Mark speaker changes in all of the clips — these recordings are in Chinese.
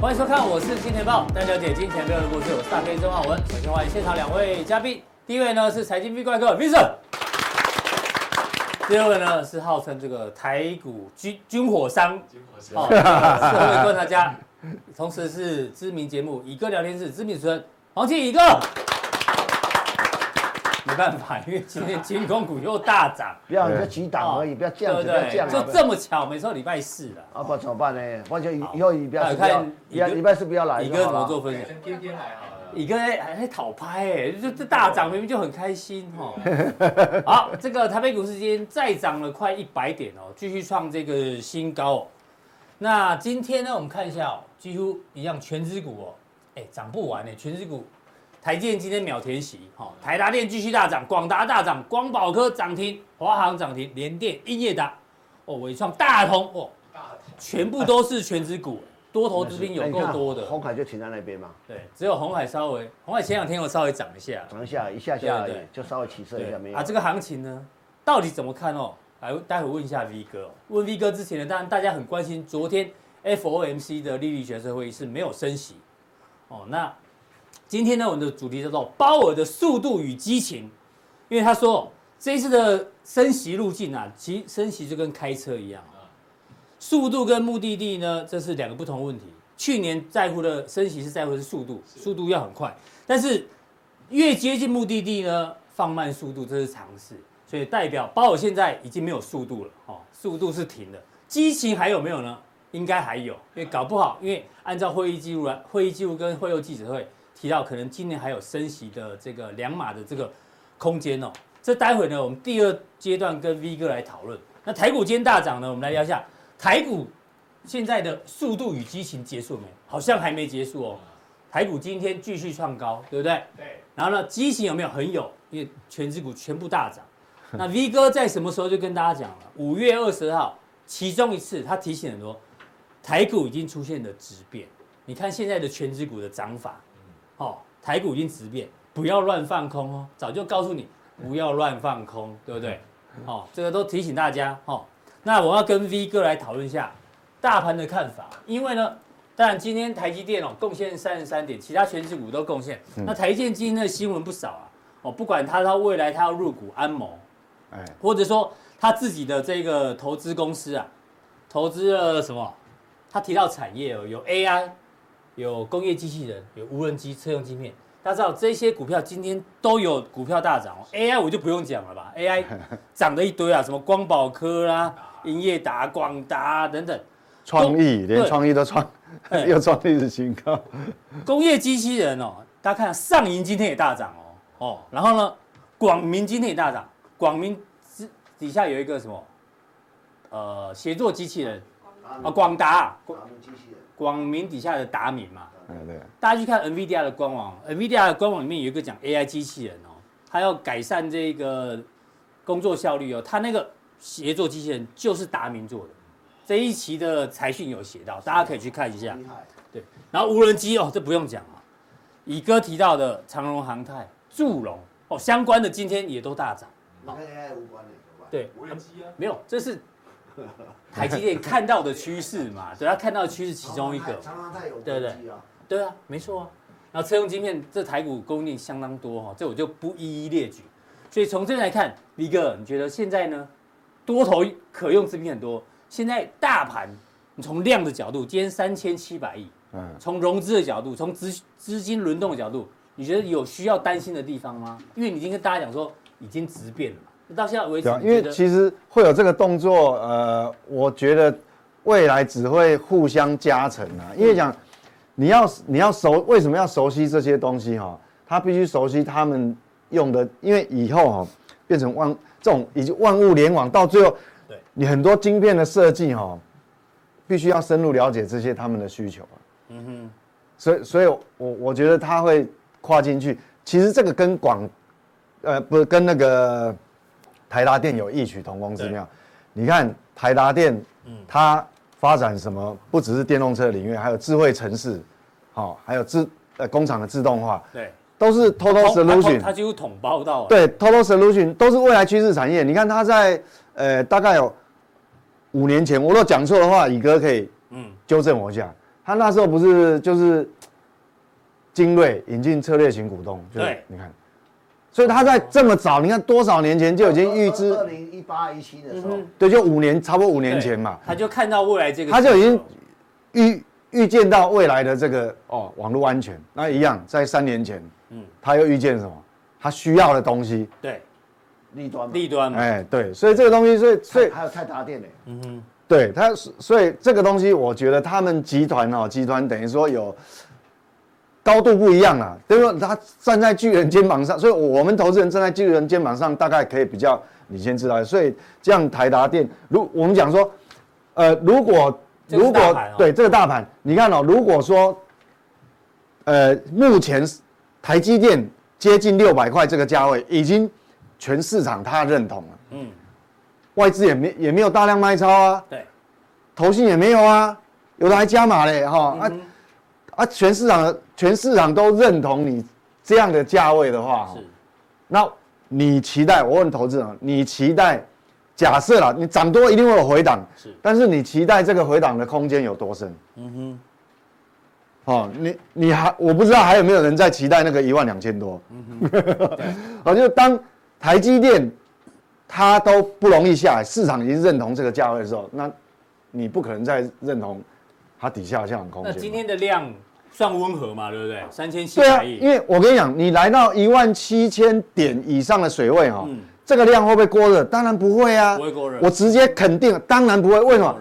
Speaker 1: 欢迎收看，我是金钱豹，带你了解金钱背后的故事。我是大 K 曾焕文。首先欢迎现场两位嘉宾，第一位呢是财经 V 怪客 Vincent，第二位呢是号称这个台股军军火商，哦，这个社会观察家，同时是知名节目《以哥聊天室》知名主持人黄庆以哥。没办法，因为今天金控股又大涨，
Speaker 2: 不要你就几档而已，不要这样
Speaker 1: 哦对
Speaker 2: 子，
Speaker 1: 不
Speaker 2: 不要这
Speaker 1: 对？
Speaker 2: 样啊
Speaker 1: 就
Speaker 2: 子。
Speaker 1: 这么巧，每次都礼拜四了。
Speaker 2: 啊，不然怎么办呢？或者以
Speaker 1: 好
Speaker 2: 以后你不要
Speaker 1: 那
Speaker 2: 是
Speaker 1: 我
Speaker 2: 不要
Speaker 1: 看，
Speaker 2: 礼拜
Speaker 1: 以哥
Speaker 2: 礼拜四不要来
Speaker 1: 以
Speaker 2: 就
Speaker 1: 哥怎
Speaker 2: 好了。
Speaker 1: 么做分享？
Speaker 3: 天天来好了。
Speaker 1: 以哥还还在讨拍哎，就这大
Speaker 2: 哦
Speaker 1: 涨明明就很开心 哦。好，这个台北股市今天再涨了快一百点哦，继续创这个新高哦。那今天呢，我们看一下哦，几乎一样全指股哦，哎涨不完哎，全指股，台建今天秒填息哈、哦，台达电继续大涨，广达大涨，光宝科涨停，华航涨停，联电、英业达哦，伟创、大同哦，全部都是全指股，多头资金有
Speaker 2: 哎你
Speaker 1: 够
Speaker 2: 看
Speaker 1: 多的。
Speaker 2: 红海就停在那边嘛，
Speaker 1: 对，只有红海稍微，红海前两天有稍微涨一下，
Speaker 2: 涨一下，一下下而已
Speaker 1: 对对，
Speaker 2: 就稍微起色一
Speaker 1: 对
Speaker 2: 下没有。
Speaker 1: 啊，这个行情呢，到底怎么看哦？来，待会问一下 V 哥、哦。问 V 哥之前呢，当然大家很关心，昨天 FOMC 的利率决策会议是没有升息哦。那今天呢，我们的主题叫做鲍尔的速度与激情，因为他说哦这一次的升息路径啊，其实升息就跟开车一样、哦，速度跟目的地呢，这是两个不同问题。去年在乎的升息是在乎的是速度，速度要很快，但是越接近目的地呢，放慢速度这是常识，所以代表包尔现在已经没有速度了，哦，速度是停的，激情还有没有呢？应该还有，因为搞不好，因为按照会议记录来，会议记录跟会后记者会提到，可能今年还有升息的这个两码的这个空间哦。这待会呢，我们第二阶段跟 V 哥来讨论。那台股今天大涨呢，我们来聊一下台股现在的速度与激情结束没？好像还没结束哦。台股今天继续创高，对不对？
Speaker 3: 对，
Speaker 1: 然后呢，激情有没有很有？因为全指股全部大涨。那 V 哥在什么时候就跟大家讲了？五月二十号，其中一次他提醒很多，台股已经出现了质变。你看现在的全指股的涨法，哦，台股已经质变，不要乱放空哦，早就告诉你不要乱放空，对不对？哦，这个都提醒大家哦。那我要跟 V 哥来讨论一下大盘的看法，因为呢，当然今天台积电哦贡献三十三点，其他全指股都贡献。那台积电今天的新闻不少啊，哦，不管它它未来它要入股安谋，
Speaker 2: 哎，
Speaker 1: 或者说他自己的这个投资公司啊，投资了什么？他提到产业哦，有 AI，有工业机器人，有无人机、车用晶片。大家知道这些股票今天都有股票大涨哦，AI 我就不用讲了吧，AI 涨了一堆啊，什么光宝科啦、营业达、广达、等等。
Speaker 4: 创意，连
Speaker 1: 对
Speaker 4: 创意都创
Speaker 1: 哎，
Speaker 4: 又创历史新高。
Speaker 1: 工业机器人哦，大家看上银今天也大涨哦哦，然后呢，广明今天也大涨，广明之底下有一个什么，呃，协作机器人啊，广达，广广明底下的达明嘛，
Speaker 4: 哎，对，
Speaker 1: 大家去看 NVIDIA 的官网，NVIDIA 的官网里面有一个讲 AI 机器人哦，它要改善这个工作效率哦，它那个协作机器人就是达明做的，这一期的财讯有写到，大家可以去看一下。
Speaker 2: 厉害，
Speaker 1: 对，然后无人机哦，这不用讲了。以哥提到的长荣航太、祝融哦，相关的今天也都大涨。
Speaker 2: 那跟 AI 无关的，
Speaker 1: 对，
Speaker 3: 无人机啊，
Speaker 1: 没有，这是台积电看到的趋势嘛？对，他看到的趋势其中一个。
Speaker 2: 常常太有
Speaker 1: 对
Speaker 2: 机啊，
Speaker 1: 对啊，没错啊。然后车用晶片这台股供应相当多哈、这我就不一一列举。所以从这边来看，李哥，你觉得现在呢，多头可用之兵很多。现在大盘，你从量的角度，今天三千七百亿，
Speaker 4: 嗯，
Speaker 1: 从融资的角度，从资资金轮动的角度，你觉得有需要担心的地方吗？因为你已经跟大家讲说已经直变了嘛，那到现在为止
Speaker 4: 对啊，，
Speaker 1: 你
Speaker 4: 因为
Speaker 1: 觉得
Speaker 4: 其实会有这个动作，呃，我觉得未来只会互相加成啊。因为讲你要你要熟，为什么要熟悉这些东西哈、他必须熟悉他们用的，因为以后哈、变成万这种以及万物联网，到最后，
Speaker 1: 对
Speaker 4: 你很多晶片的设计哈、必须要深入了解这些他们的需求啊。所以，所以我我觉得他会跨进去。其实这个跟广，呃，不是跟那个台达电有异曲同工之妙。你看台达电，它发展什么？不只是电动车领域，还有智慧城市，好、还有自呃工厂的自动化，
Speaker 1: 对，
Speaker 4: 都是 total
Speaker 1: 它它
Speaker 4: solution。
Speaker 1: 它几乎统包到啊，
Speaker 4: 对，total solution 都是未来趋势产业。你看它在呃大概有五年前，我若讲错的话，宇哥可以
Speaker 1: 嗯，
Speaker 4: 纠正我一下。他那时候不是就是精锐引进策略型股东，就是
Speaker 1: 对
Speaker 4: 你看，所以他在这么早，你看多少年前就已经预知，
Speaker 2: 二零一八一七的时
Speaker 1: 嗯
Speaker 2: 候，
Speaker 4: 对，就五年，差不多五年
Speaker 1: 对
Speaker 4: 前嘛，
Speaker 1: 他就看到未来这个，
Speaker 4: 他就已经预预见到未来的这个哦网络安全，那一样在三年前，
Speaker 1: 嗯
Speaker 4: 嗯，他又预见什么？他需要的东西，
Speaker 1: 对
Speaker 2: 立端嘛，
Speaker 1: 利端嘛，
Speaker 4: 哎，对，所以这个东西，所以所以
Speaker 2: 还有泰达电呢，
Speaker 1: 嗯哼，
Speaker 4: 对他，所以这个东西，我觉得他们集团哦，集团等于说有高度不一样啦，就是说他站在巨人肩膀上，所以我们投资人站在巨人肩膀上，大概可以比较你先知道。所以这样台达电，如我们讲说，呃，如果
Speaker 1: 这个
Speaker 4: 如
Speaker 1: 是
Speaker 4: 果、
Speaker 1: 大盘哦啊
Speaker 4: 对这个大盘，你看哦，如果说，呃，目前台积电接近六百块这个价位，已经全市场他认同了，
Speaker 1: 嗯，
Speaker 4: 外资也没也没有大量卖超啊。
Speaker 1: 对，
Speaker 4: 投信也没有啊，有的还加码嘞哈、啊啊！全市场的全市场都认同你这样的价位的话，
Speaker 1: 是，
Speaker 4: 那你期待？我问投资人，啊你期待？假设啦，你涨多一定会有回档，
Speaker 1: 是
Speaker 4: 但是你期待这个回档的空间有多深？
Speaker 1: 嗯哼，
Speaker 4: 哦，你你还我不知道还有没有人在期待那个一万两千多。
Speaker 1: 嗯
Speaker 4: 哦，就是当台积电它都不容易下来，市场已经认同这个价位的时候，那你不可能再认同它底下的下档空
Speaker 1: 那
Speaker 4: 间。
Speaker 1: 今天的量算温和嘛，对不对？三千七
Speaker 4: 对啊，
Speaker 1: 百
Speaker 4: 因
Speaker 1: 亿，
Speaker 4: 为我跟你讲，你来到一万七千点以上的水位哦，
Speaker 1: 嗯
Speaker 4: 这个量会不会过热？当然不会啊，
Speaker 1: 不会过热
Speaker 4: 我直接肯定，当然不会。为什么？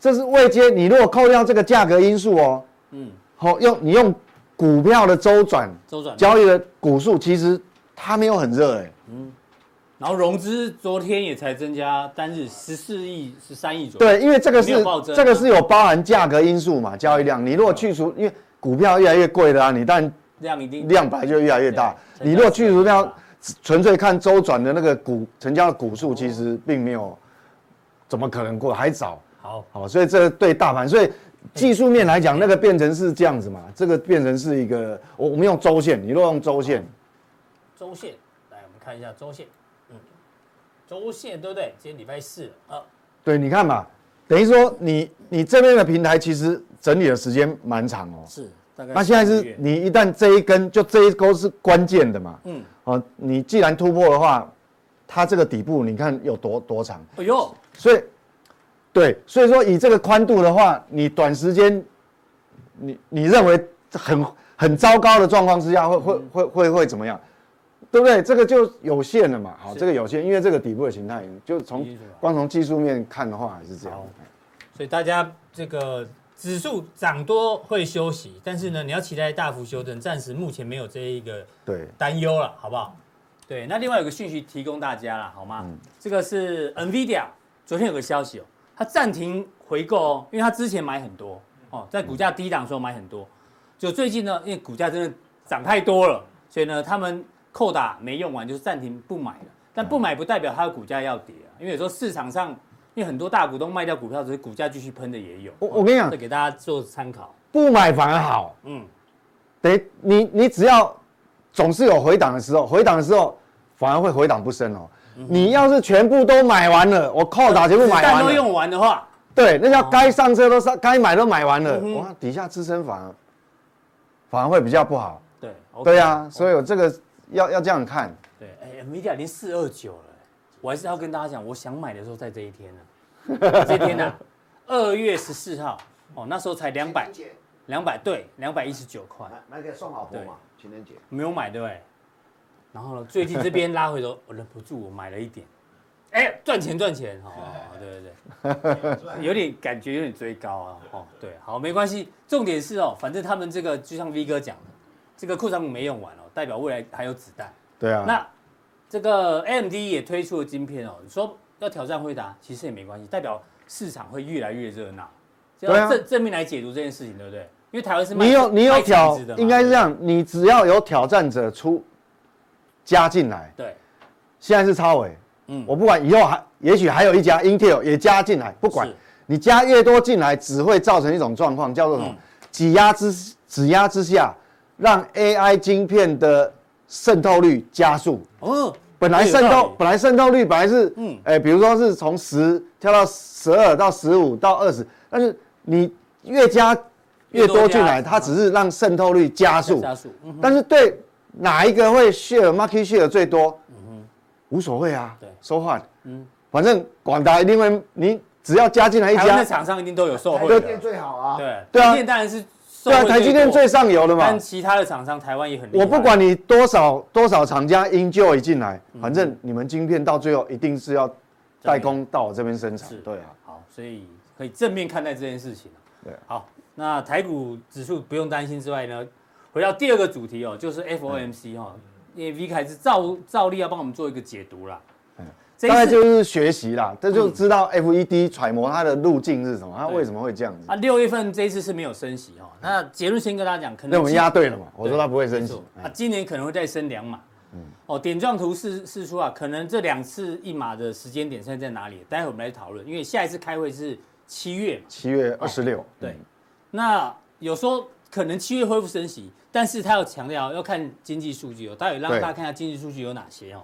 Speaker 4: 这是未接，你如果扣掉这个价格因素哦，
Speaker 1: 嗯，
Speaker 4: 好、用你用股票的周转
Speaker 1: 周转率，
Speaker 4: 交易的股数，其实它没有很热哎、
Speaker 1: 然后融资昨天也才增加单日十四亿、十三亿左右，
Speaker 4: 对，因为这个
Speaker 1: 没
Speaker 4: 是
Speaker 1: 有暴增啊
Speaker 4: 这个是有包含价格因素嘛，交易量。你如果去除，因为股票越来越贵了啊，你当然
Speaker 1: 量一定
Speaker 4: 量摆就越来越大。
Speaker 1: 对
Speaker 4: 你如果去除
Speaker 1: 成
Speaker 4: 掉
Speaker 1: 交
Speaker 4: 纯粹看周转的那个股成交的股数，其实并没有，怎么可能过还早？
Speaker 1: 好，
Speaker 4: 好，所以这对大盘，所以技术面来讲，那个变成是这样子嘛，这个变成是一个，我我们用周线，你若用周线，
Speaker 1: 周线，来我们看一下周线，嗯，周线对不对？今天礼拜四啊，
Speaker 4: 对，你看嘛，等于说你你这边的平台其实整理的时间蛮长哦。
Speaker 1: 是大概
Speaker 4: 那现在
Speaker 1: 三个
Speaker 4: 是
Speaker 1: 月
Speaker 4: 你一旦这一根就这一勾是关键的嘛，
Speaker 1: 嗯，
Speaker 4: 哦，你既然突破的话，它这个底部你看有多多长，
Speaker 1: 哎呦，
Speaker 4: 所以，对，所以说以这个宽度的话，你短时间，你你认为很很糟糕的状况之下，会
Speaker 1: 嗯
Speaker 4: 会会会会怎么样？对不对？这个就有限了嘛。好，
Speaker 1: 是
Speaker 4: 这个有限，因为这个底部的形态，就从
Speaker 1: 已经出来了
Speaker 4: 光从技术面看的话，还是这样
Speaker 1: 好。所以大家这个指数涨多会休息，但是呢，你要期待大幅修正，暂时目前没有这一个
Speaker 4: 对，
Speaker 1: 担忧了，好不好？对，那另外有个讯息提供大家了，好吗？
Speaker 4: 嗯
Speaker 1: 这个是 NVIDIA 昨天有个消息哦，它暂停回购哦，因为它之前买很多
Speaker 4: 嗯
Speaker 1: 哦，在股价低档的时候买很多，就最近呢，因为股价真的涨太多了，所以呢，他们扣打没用完，就是暂停不买了。
Speaker 4: 嗯
Speaker 1: 但不买不代表它的股价要跌啊，因为有时候市场上，因为很多大股东卖掉股票，只是股价继续喷的也有。
Speaker 4: 我我跟你讲
Speaker 1: 这，给大家做参考。
Speaker 4: 不买反而好。
Speaker 1: 嗯，
Speaker 4: 等于你你只要总是有回档的时候，回档的时候反而会回档不深哦。
Speaker 1: 嗯
Speaker 4: 你要是全部都买完了，我扣打全部买
Speaker 1: 子弹
Speaker 4: 完
Speaker 1: 都
Speaker 4: 了，
Speaker 1: 用完的话，
Speaker 4: 对，那叫该上车都上，该买都买完了
Speaker 1: 哦嗯嗯，哼
Speaker 4: 哇，底下支撑反而反而会比较不好。
Speaker 1: 对，OK，
Speaker 4: 对啊，所以我这个要要这样看。
Speaker 1: 对，哎，NVIDIA 已经四二九了，我还是要跟大家讲，我想买的时候在这一天呢、这一天呢、二月十四号，哦，那时候才两百，
Speaker 2: 情人节
Speaker 1: 两百对，两百一十九块，
Speaker 2: 买买给送老婆嘛，情人节。
Speaker 1: 没有买对不对？然后呢，最近这边拉回头，我忍不住我买了一点，哎，赚钱赚钱，哦，对对对，有点感觉有点追高啊，哦，对，好，没关系，重点是哦，反正他们这个就像 V 哥讲的，这个库藏股没用完哦，代表未来还有子弹。
Speaker 4: 对啊，
Speaker 1: 那这个 AMD 也推出了晶片哦，你说要挑战辉达，其实也没关系，代表市场会越来越热闹。只
Speaker 4: 对
Speaker 1: 要
Speaker 4: 啊
Speaker 1: 正正面来解读这件事情，对不对？因为台湾是卖
Speaker 4: 你有你有
Speaker 1: 卖材
Speaker 4: 挑
Speaker 1: 质的，嘛
Speaker 4: 应该是这样，你只要有挑战者出加进来，
Speaker 1: 对，
Speaker 4: 现在是超伟，嗯，我不管以后还也许还有一家 Intel 也加进来，不管
Speaker 1: 是
Speaker 4: 你加越多进来，只会造成一种状况，叫做什
Speaker 1: 嗯
Speaker 4: 么？挤压之挤压之下，让 AI 晶片的渗透率加速。
Speaker 1: 哦，
Speaker 4: 本来
Speaker 1: 这有
Speaker 4: 渗
Speaker 1: 道
Speaker 4: 透
Speaker 1: 理，
Speaker 4: 本来渗透率本来是，
Speaker 1: 嗯
Speaker 4: 嗯，哎、比如说是从十跳到十二到十五到二十，但是你越加
Speaker 1: 越
Speaker 4: 越
Speaker 1: 多
Speaker 4: 多进来，
Speaker 1: 加
Speaker 4: 它只是让渗透率加速，
Speaker 1: 加速，嗯，
Speaker 4: 但是对哪一个会 share market share 最多，无所谓啊，
Speaker 1: 嗯对
Speaker 4: ，so what，嗯，反正广达一定会，你只要加进来一
Speaker 1: 台湾
Speaker 4: 家
Speaker 1: 的，厂商一定都有受
Speaker 2: 台
Speaker 1: 惠
Speaker 2: 积
Speaker 1: 的，
Speaker 2: 电
Speaker 1: 对，
Speaker 2: 最好啊，
Speaker 4: 对
Speaker 1: 台
Speaker 4: 啊
Speaker 1: 积电当然是受
Speaker 4: 对
Speaker 1: 惠
Speaker 4: 啊，
Speaker 1: 多
Speaker 4: 台积电最，上游的嘛
Speaker 1: 但，其他的厂商台湾也很厉害，
Speaker 4: 我不管你多少多少厂家 enjoy 进来，反正你们晶片到最后一定是要代工到我这边生产
Speaker 1: 是，
Speaker 4: 对啊，
Speaker 1: 好，所以可以正面看待这件事情啊
Speaker 4: 对啊
Speaker 1: 好，那台股指数不用担心之外呢，回到第二个主题哦，就是
Speaker 4: 嗯
Speaker 1: FOMC 哦，因为 V 凯是照照例要帮我们做一个解读啦。这一
Speaker 4: 嗯大概
Speaker 1: 次嗯
Speaker 4: 就是学习啦，这就知道 FED 揣摩它的路径是什么，它
Speaker 1: 对
Speaker 4: 为什么会这样子
Speaker 1: 啊，。六月份这一次是没有升息哦。那结论先跟大家讲，可能
Speaker 4: 嗯那我们
Speaker 1: 今
Speaker 4: 压对了嘛？我说
Speaker 1: 对
Speaker 4: 它不会升
Speaker 1: 没
Speaker 4: 息嗯
Speaker 1: 错，
Speaker 4: 哎
Speaker 1: 啊，今年可能会再升两码。哦，点状图示示出啊，可能这两次一码的时间点现在在哪里？待会我们来讨论，因为下一次开会是七月嘛。
Speaker 4: 七月二十六，
Speaker 1: 哦对，那有说可能七月恢复升息，但是他要强调要看经济数据哦，待会让大
Speaker 4: 对
Speaker 1: 家看一下经济数据有哪些哦。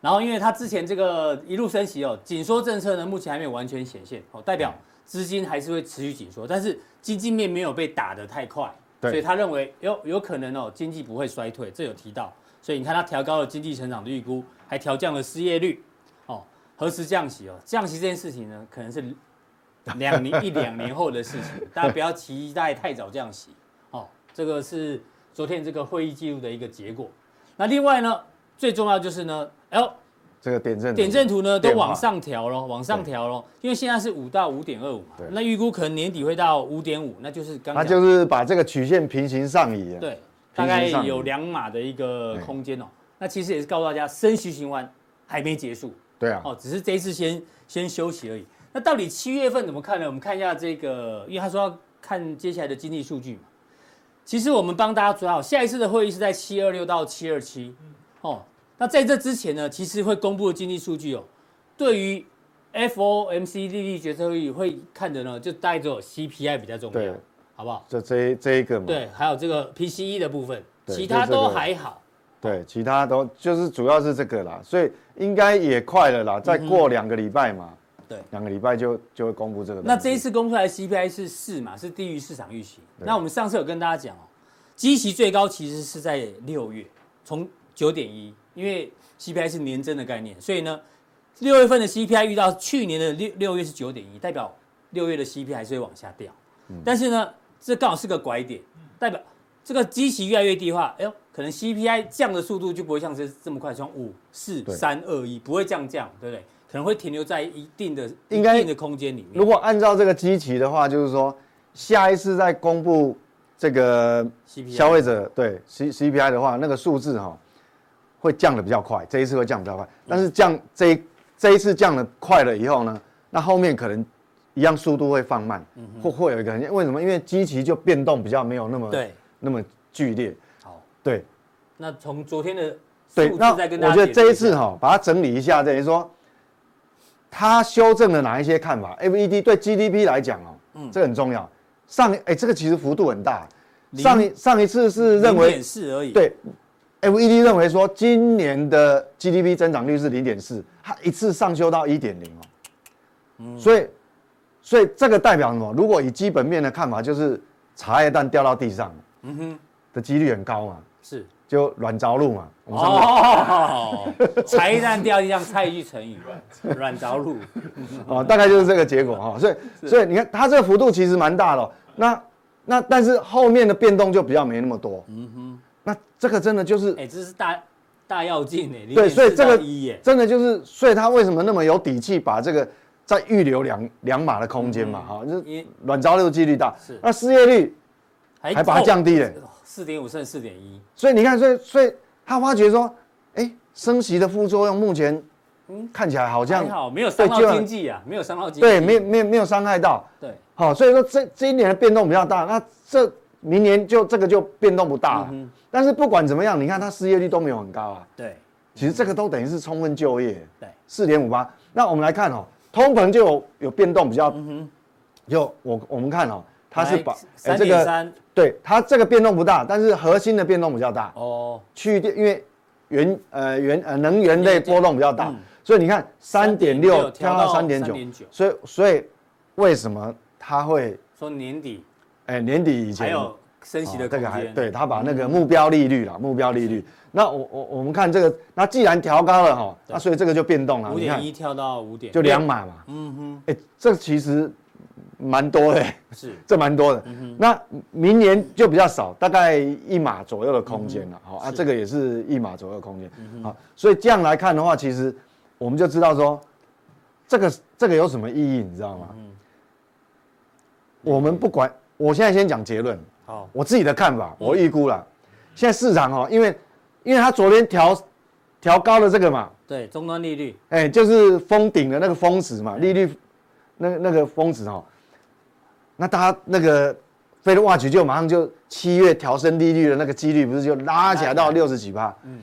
Speaker 1: 然后，因为他之前这个一路升息哦，紧缩政策呢，目前还没有完全显现哦，代
Speaker 4: 嗯
Speaker 1: 表资金还是会持续紧缩，但是经济面没有被打得太快，
Speaker 4: 对
Speaker 1: 所以他认为有有可能哦，经济不会衰退，这有提到。所以你看，他调高了经济成长的预估，还调降了失业率，哦，何时降息哦？降息这件事情呢，可能是 两年一两年后的事 情，大家不要期待太早降息哦。这个是昨天这个会议记录的一个结果。那另外呢，最重要就是呢，哎呦，
Speaker 4: 这个点阵图
Speaker 1: 点阵图呢都
Speaker 4: 变化
Speaker 1: 往上调咯，往上调咯，因为现在是五到五点二五嘛
Speaker 4: 对，
Speaker 1: 那预估可能年底会到五点五，那就是刚
Speaker 4: 它
Speaker 1: 刚
Speaker 4: 就是把这个曲线平行上移。，啊
Speaker 1: 对，大
Speaker 4: 平行
Speaker 1: 概
Speaker 4: 上
Speaker 1: 有
Speaker 4: 移
Speaker 1: 两码的一个空间哦。那其实也是告诉大家，升息循环还没结束
Speaker 4: 对啊，
Speaker 1: 哦，只是这一次先先休息而已。那到底七月份怎么看呢？我们看一下这个，因为他说要看接下来的经济数据嘛。其实我们帮大家抓好，下一次的会议是在七二六到七二七哦。那在这之前呢，其实会公布的经济数据哦，对于 FOMC 利率决策会议会看的呢，就大概只有 CPI 比较重要
Speaker 4: 对，
Speaker 1: 好不好？
Speaker 4: 就这一这一个嘛。
Speaker 1: 对，还有这个 PCE 的部分，
Speaker 4: 对
Speaker 1: 其他
Speaker 4: 就这
Speaker 1: 都
Speaker 4: 个
Speaker 1: 还好。
Speaker 4: 对，其他都就是主要是这个啦，所以应该也快了啦，再过两个礼拜嘛。
Speaker 1: 嗯对
Speaker 4: 两个礼拜就就会公布这个东西。
Speaker 1: 那这一次公出来的 CPI 是四嘛，是低于市场预期。那我们上次有跟大家讲哦，基期最高其实是在六月，从九点一，因为 CPI 是年增的概念，所以呢，六月份的 CPI 遇到去年的六六月是九点一，代表六月的 CPI 还是会往下掉。
Speaker 4: 嗯
Speaker 1: 但是呢，这刚好是个拐点，代表这个基期越来越低的话，哎呦，可能 CPI 降的速度就不会像这这么快，像五四
Speaker 4: 对
Speaker 1: 三二一，不会降降，对不对？可能会停留在一定的
Speaker 4: 应该
Speaker 1: 一定的空间里面。
Speaker 4: 如果按照这个基期的话，就是说下一次再公布这个
Speaker 1: CPI
Speaker 4: 消费者对 C CPI 的话，那个数字哈、会降的比较快，这一次会降得比较快。
Speaker 1: 嗯
Speaker 4: 但是降这一这一次降的快了以后呢，那后面可能一样速度会放慢，
Speaker 1: 嗯
Speaker 4: 或会有一个很为什么？因为基期就变动比较没有那么
Speaker 1: 对，
Speaker 4: 那么剧烈。
Speaker 1: 好，
Speaker 4: 对，
Speaker 1: 那从昨天的
Speaker 4: 对，
Speaker 1: 数
Speaker 4: 那
Speaker 1: 字再跟大
Speaker 4: 我
Speaker 1: 家
Speaker 4: 觉
Speaker 1: 解
Speaker 4: 得
Speaker 1: 读
Speaker 4: 这一
Speaker 1: 下
Speaker 4: 次哈、把它整理一下，等于说，它修正了哪一些看法？FED 对 GDP 来讲哦，
Speaker 1: 嗯
Speaker 4: 这个很重要。上哎、这个其实幅度很大。
Speaker 1: 零
Speaker 4: 上一上一次是认为
Speaker 1: 0.4而已，，
Speaker 4: 对，FED 认为说今年的 GDP 增长率是零点四，它一次上修到一点零哦。
Speaker 1: 嗯
Speaker 4: 所以，所以这个代表什么？如果以基本面的看法，就是茶叶蛋掉到地上，嗯哼，的几率很高嘛，
Speaker 1: 是
Speaker 4: 就软着陆嘛。我们上次
Speaker 1: 哦，茶叶蛋掉地上，猜一句成语，软着陆，
Speaker 4: 哦，大概就是这个结果哈、所以所以你看它这个幅度其实蛮大的哦、那那但是后面的变动就比较没那么多。嗯哼，那这个真的就是
Speaker 1: 哎，这是大大要进哎，
Speaker 4: 对，所以这个
Speaker 1: 一欸耶，
Speaker 4: 真的就是，所以他为什么那么有底气把这个再预留两两码的空间嘛？哈、就是
Speaker 1: 嗯因为
Speaker 4: 软着陆几率大
Speaker 1: 是，
Speaker 4: 那失业率，
Speaker 1: 还
Speaker 4: 还把它降低嘞
Speaker 1: 四点五剩四点一，
Speaker 4: 所以你看，所以所以他发觉说，哎，升息的副作用目前看起来好像
Speaker 1: 嗯还好没有伤到
Speaker 4: 对就
Speaker 1: 经济啊，没有伤到经济，
Speaker 4: 对，没有没有没有伤害到。
Speaker 1: 对，
Speaker 4: 好、所以说这这一年的变动比较大，那这明
Speaker 1: 嗯
Speaker 4: 年就这个就变动不大了。但是不管怎么样，你看它失业率都没有很高啊，
Speaker 1: 对，
Speaker 4: 其实这个都等于是充分就业，
Speaker 1: 对，
Speaker 4: 四点五八。那我们来看哦，通膨就有有变动比较，
Speaker 1: 嗯
Speaker 4: 就我我们看哦，它是把
Speaker 1: 三点三
Speaker 4: 对它这个变动不大，但是核心的变动比较大。
Speaker 1: 哦，
Speaker 4: 去掉，因为原呃原呃能源类波动比较大，
Speaker 1: 嗯
Speaker 4: 所以你看三点六
Speaker 1: 3.6
Speaker 4: 跳到
Speaker 1: 跳到
Speaker 4: 三点九
Speaker 1: 3.9，
Speaker 4: 所以所以为什么它会
Speaker 1: 说年底
Speaker 4: 哎、年底以前
Speaker 1: 还有升息的
Speaker 4: 哦
Speaker 1: 空
Speaker 4: 这
Speaker 1: 间，
Speaker 4: 个还对他把那个目标利率啦，目标利率，那我我我们看这个，那既然调高了哈，那所以这个就变动了，
Speaker 1: 五
Speaker 4: 你看
Speaker 1: 点一跳到五点
Speaker 4: 就两码嘛，
Speaker 1: 嗯哼，
Speaker 4: 哎、这其实蛮多的、
Speaker 1: 是
Speaker 4: 这蛮多的。那明年就比较少，大概一码左右的空间了。好、啊，
Speaker 1: 是
Speaker 4: 这个也是一码左右的空间。好、所以这样来看的话，其实我们就知道说，这个这个有什么意义，你知道吗？我们不管，我现在先讲结论，
Speaker 1: 好，
Speaker 4: 我自己的看法，我预估了。现在市场哦，因为因为它昨天调调高了这个嘛，
Speaker 1: 对终端利率
Speaker 4: 哎、就是封顶的那个峰值嘛，利率那那个峰值哦，那大家那个飞的 watch 就马上就七月调升利率的那个几率不是就拉起来到六十几趴？嗯，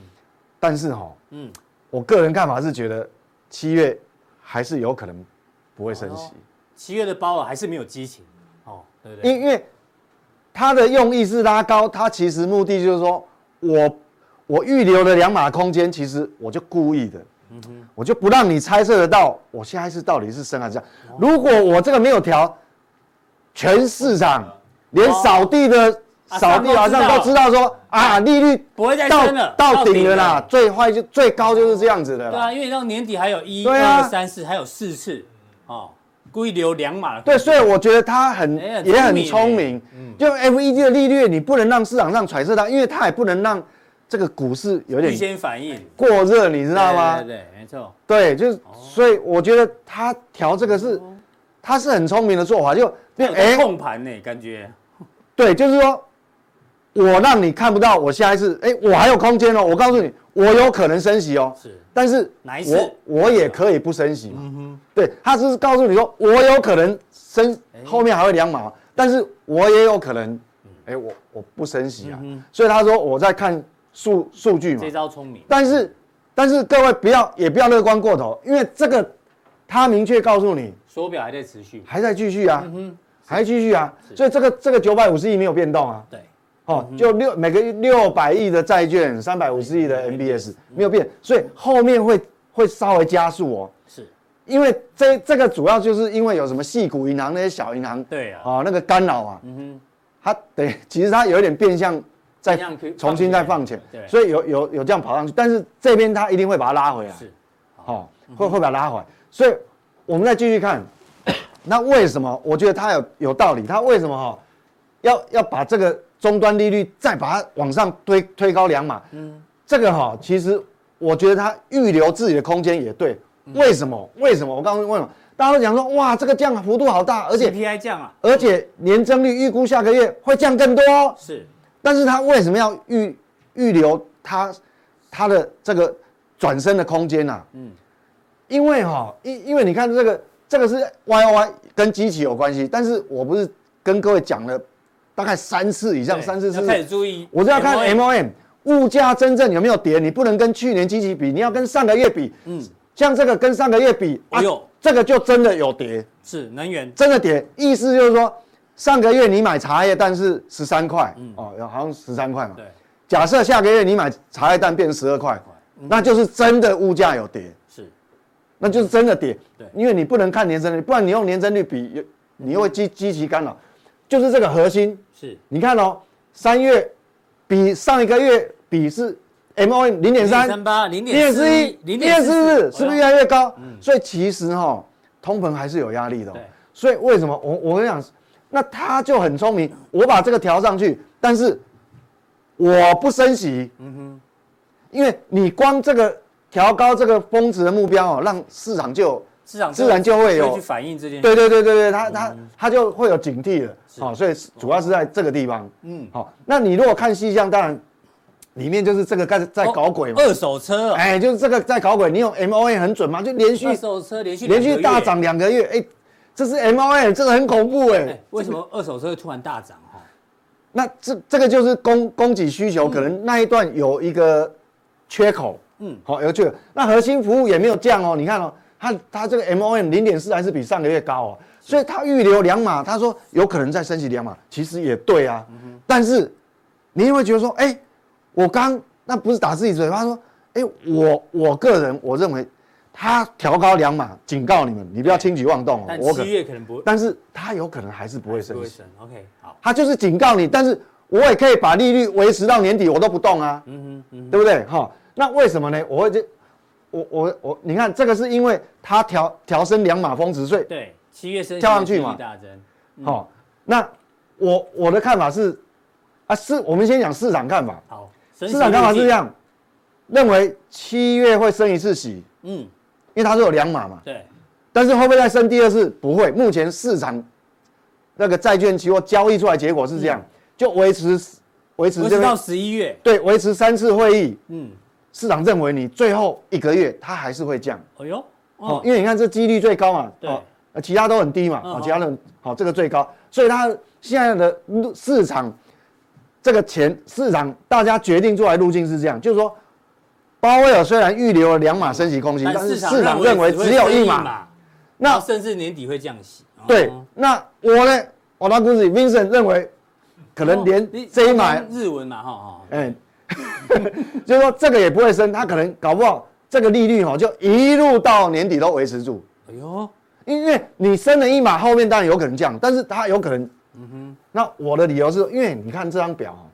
Speaker 4: 但是哈、
Speaker 1: 嗯
Speaker 4: 嗯，我个人看法是觉得七月还是有可能不会升息，
Speaker 1: 哦七月的包啊还是没有激情哦，对不对？
Speaker 4: 因因为它的用意是拉高，它其实目的就是说我我预留了两码空间，其实我就故意的。我就不让你猜测得到我下一次到底是升还是降。如果我这个没有调，全市场连扫地的
Speaker 1: 啊
Speaker 4: 扫地老
Speaker 1: 上
Speaker 4: 上
Speaker 1: 都
Speaker 4: 都
Speaker 1: 知
Speaker 4: 知道说啊，利率
Speaker 1: 不会再升了
Speaker 4: 到到顶了
Speaker 1: 到
Speaker 4: 啦
Speaker 1: 顶，
Speaker 4: 最坏就最高就是这样子的
Speaker 1: 对啊，
Speaker 4: 啦。
Speaker 1: 因为到年底还有一、
Speaker 4: 对啊
Speaker 1: 二、三、四，还有四次哦，故意留两码的空
Speaker 4: 对，
Speaker 1: 间。
Speaker 4: 所以我觉得他很
Speaker 1: 哎很
Speaker 4: 也很
Speaker 1: 聪
Speaker 4: 聪
Speaker 1: 明嗯
Speaker 4: 明，就 FED 的利率你不能让市场上揣测到，因为它也不能让这个股市有
Speaker 1: 预
Speaker 4: 点
Speaker 1: 先反应，
Speaker 4: 过热，你知
Speaker 1: 知
Speaker 4: 道吗？
Speaker 1: 对对对，没哦错。
Speaker 4: 对，就是，所以我觉得他调这个是，他是很聪明的做法，就变
Speaker 1: 哎，
Speaker 4: 哎，
Speaker 1: 控盘呢，感觉
Speaker 4: 对，就是说，我让你看不到我下一次，哎，我还有空间哦，我告诉你，我有可能升息哦，
Speaker 1: 是
Speaker 4: 但是
Speaker 1: 哪一次嗯
Speaker 4: 我我也可以不升息嘛，对，他只是告诉你说我有可能升，后面还会两码，但是我也有可能，哎，我我不升息啊，所以他说我在看数数据嘛
Speaker 1: 嗯这，招聪明。
Speaker 4: 但是但是各位不要也不要乐观过头，因为这个他明确告诉你
Speaker 1: 手表还在持续，
Speaker 4: 还在继续啊，
Speaker 1: 嗯
Speaker 4: 还继续啊，所以这个这个九百五十亿没有变动啊，
Speaker 1: 对，
Speaker 4: 哦，
Speaker 1: 嗯
Speaker 4: 就六每个六百亿的债券，三百五十亿的 MBS 没有变，所以后面会会稍微加速哦。
Speaker 1: 是，
Speaker 4: 因为这这个主要就是因为有什么细股银行那些小银行，
Speaker 1: 对啊嗯
Speaker 4: 哦那个干扰啊，它等于其实它有一点变相再
Speaker 1: 变相去
Speaker 4: 重新再
Speaker 1: 放
Speaker 4: 放
Speaker 1: 钱
Speaker 4: 钱
Speaker 1: 对，
Speaker 4: 所以有有有这样跑上去，但是这边它一定会把它拉回来，
Speaker 1: 是，
Speaker 4: 哦，会会把它拉回来，所以我们再继续看，那为什么？我觉得它有有道理，它为什么哈、要要把这个终端利率再把它往上推推高两码？这个哈、其实我觉得它预留自己的空间也对。为什么？为什么？我告诉你为什么？大家都讲说，哇，这个降幅度好大，而且
Speaker 1: CPI 降啊，
Speaker 4: 而且年增率预估下个月会降更多、哦，
Speaker 1: 是
Speaker 4: 但是它为什么要预预留它它的这个转身的空间呢、啊？嗯，因为哈、因因为你看这个这个是 Y O Y 跟机器有关系，但是我不是跟各位讲了大概三次以上，
Speaker 1: 对
Speaker 4: 三次
Speaker 1: 要
Speaker 4: 四
Speaker 1: 开始
Speaker 4: 次，
Speaker 1: 注意 MOM。
Speaker 4: 我是要看 M O M 物价真正有没有跌，你不能跟去年机器比，你要跟上个月比。嗯，像这个跟上个月比，啊
Speaker 1: 哎呦
Speaker 4: 这个就真的有跌。
Speaker 1: 是能源，
Speaker 4: 真的跌，意思就是说，上个月你买茶叶蛋是十三块，哦，好像十三块嘛。
Speaker 1: 对，
Speaker 4: 假设下个月你买茶叶蛋变十二块，那就是真的物价有跌，
Speaker 1: 是
Speaker 4: 那就是真的跌。
Speaker 1: 对
Speaker 4: 因为你不能看年增率，不然你用年增率比，有你又会积积极干扰。就是这个核心，
Speaker 1: 是
Speaker 4: 你看哦，三月比上一个月比是 M O M 零点三，
Speaker 1: 八，零
Speaker 4: 零点
Speaker 1: 点
Speaker 4: 四一，
Speaker 1: 零
Speaker 4: 零
Speaker 1: 点
Speaker 4: 点
Speaker 1: 四
Speaker 4: 四嗯
Speaker 1: 四，
Speaker 4: 四，
Speaker 1: 哦
Speaker 4: 是不是越来越高？所以其实哈，通膨还是有压力的哦
Speaker 1: 对。
Speaker 4: 所以为什么我我跟你讲，那他就很聪明，我把这个调上去，但是我不升息，嗯哼，因为你光这个调高这个峰值的目标哦，让市场就有
Speaker 1: 市场
Speaker 4: 自然就会有
Speaker 1: 去反映这件事。
Speaker 4: 对对对对对，他他他就会有警惕了，好、所以主嗯要是在这个地方，嗯，好、那你如果看细项，当然里面就是这个在在搞鬼嘛，
Speaker 1: 哦二手车 哦，
Speaker 4: 哎，就是这个在搞鬼，你用 M O A 很准吗？就连续
Speaker 1: 二手车连续
Speaker 4: 连
Speaker 1: 两个
Speaker 4: 续
Speaker 1: 月
Speaker 4: 大涨，两个月，哎，这是 M O A，这个很恐怖哎、
Speaker 1: 哎，为什么二手车会突然大涨？哈，
Speaker 4: 哦
Speaker 1: 嗯
Speaker 4: 那这这个就是供供给需求，可能那一段有一个缺口，嗯，好、有趣。那核心服务也没有降哦，你看哦，它它这个 MOM 零点四还是比上个月高哦，所以它预留两码，他说有可能再升息两码，其实也对啊。
Speaker 1: 嗯
Speaker 4: 但是你会觉得说，哎、我刚那不是打自己嘴巴说，哎、我我个人我认为他调高两码，警告你们，你不要轻举妄动哦。
Speaker 1: 但
Speaker 4: 我可
Speaker 1: 七，月可能不
Speaker 4: 但是他有可能还是不会
Speaker 1: 不
Speaker 4: 升
Speaker 1: 会
Speaker 4: 息。
Speaker 1: 升，OK，好，
Speaker 4: 他就是警告你，但是我也可以把利率维持到年底，我都不动啊，
Speaker 1: 嗯哼，嗯
Speaker 4: 对不对？哈、那为什么呢？我会就我我我，你看这个是因为他调调升两码峰值税
Speaker 1: 哼，，对，七月升息
Speaker 4: 跳上去嘛
Speaker 1: 利率大增，
Speaker 4: 好、那我我的看法是，啊，市我们先讲市场看法，
Speaker 1: 好，升息
Speaker 4: 市场看法
Speaker 1: 预
Speaker 4: 是
Speaker 1: 计
Speaker 4: 这，样，认为七月会升一次息，
Speaker 1: 嗯，
Speaker 4: 因为它是有两码嘛，
Speaker 1: 对，
Speaker 4: 但是会不会再升第二次？不会，目前市场那个债券期货交易出来结果是这样，就维持维持
Speaker 1: 嗯维
Speaker 4: 这
Speaker 1: 持到
Speaker 4: 边
Speaker 1: 十一月，
Speaker 4: 对维持三次会议。
Speaker 1: 嗯，
Speaker 4: 市场认为你最后一个月它还是会降，
Speaker 1: 哎呦，
Speaker 4: 哦，
Speaker 1: 哦，
Speaker 4: 因为你看这几率最高嘛，
Speaker 1: 对
Speaker 4: 哦，呃其他都很低嘛，
Speaker 1: 嗯
Speaker 4: 哦
Speaker 1: 好，
Speaker 4: 其他的好、这个最高，所以它现在的路市场这个钱市场大家决定出来路径是这样，就是说，鲍威尔虽然预留了两码升息
Speaker 1: 嗯
Speaker 4: 空间，但是市场认为
Speaker 1: 会
Speaker 4: 只有
Speaker 1: 升
Speaker 4: 一码，，
Speaker 1: 那
Speaker 4: 那
Speaker 1: 甚至年底会降息，哦
Speaker 4: 对，那我呢，我那估计 Vincent 认为可能
Speaker 1: 哦你
Speaker 4: 连这一码
Speaker 1: 刚刚日文嘛，哈哈，
Speaker 4: 哎， 就是说这个也不会升，它可能搞不好这个利率哈、就一路到年底都维持住，
Speaker 1: 哎呦，
Speaker 4: 因为你升了一码，后面当然有可能降，但是它有可能，那我的理由是因为你看这张表哈、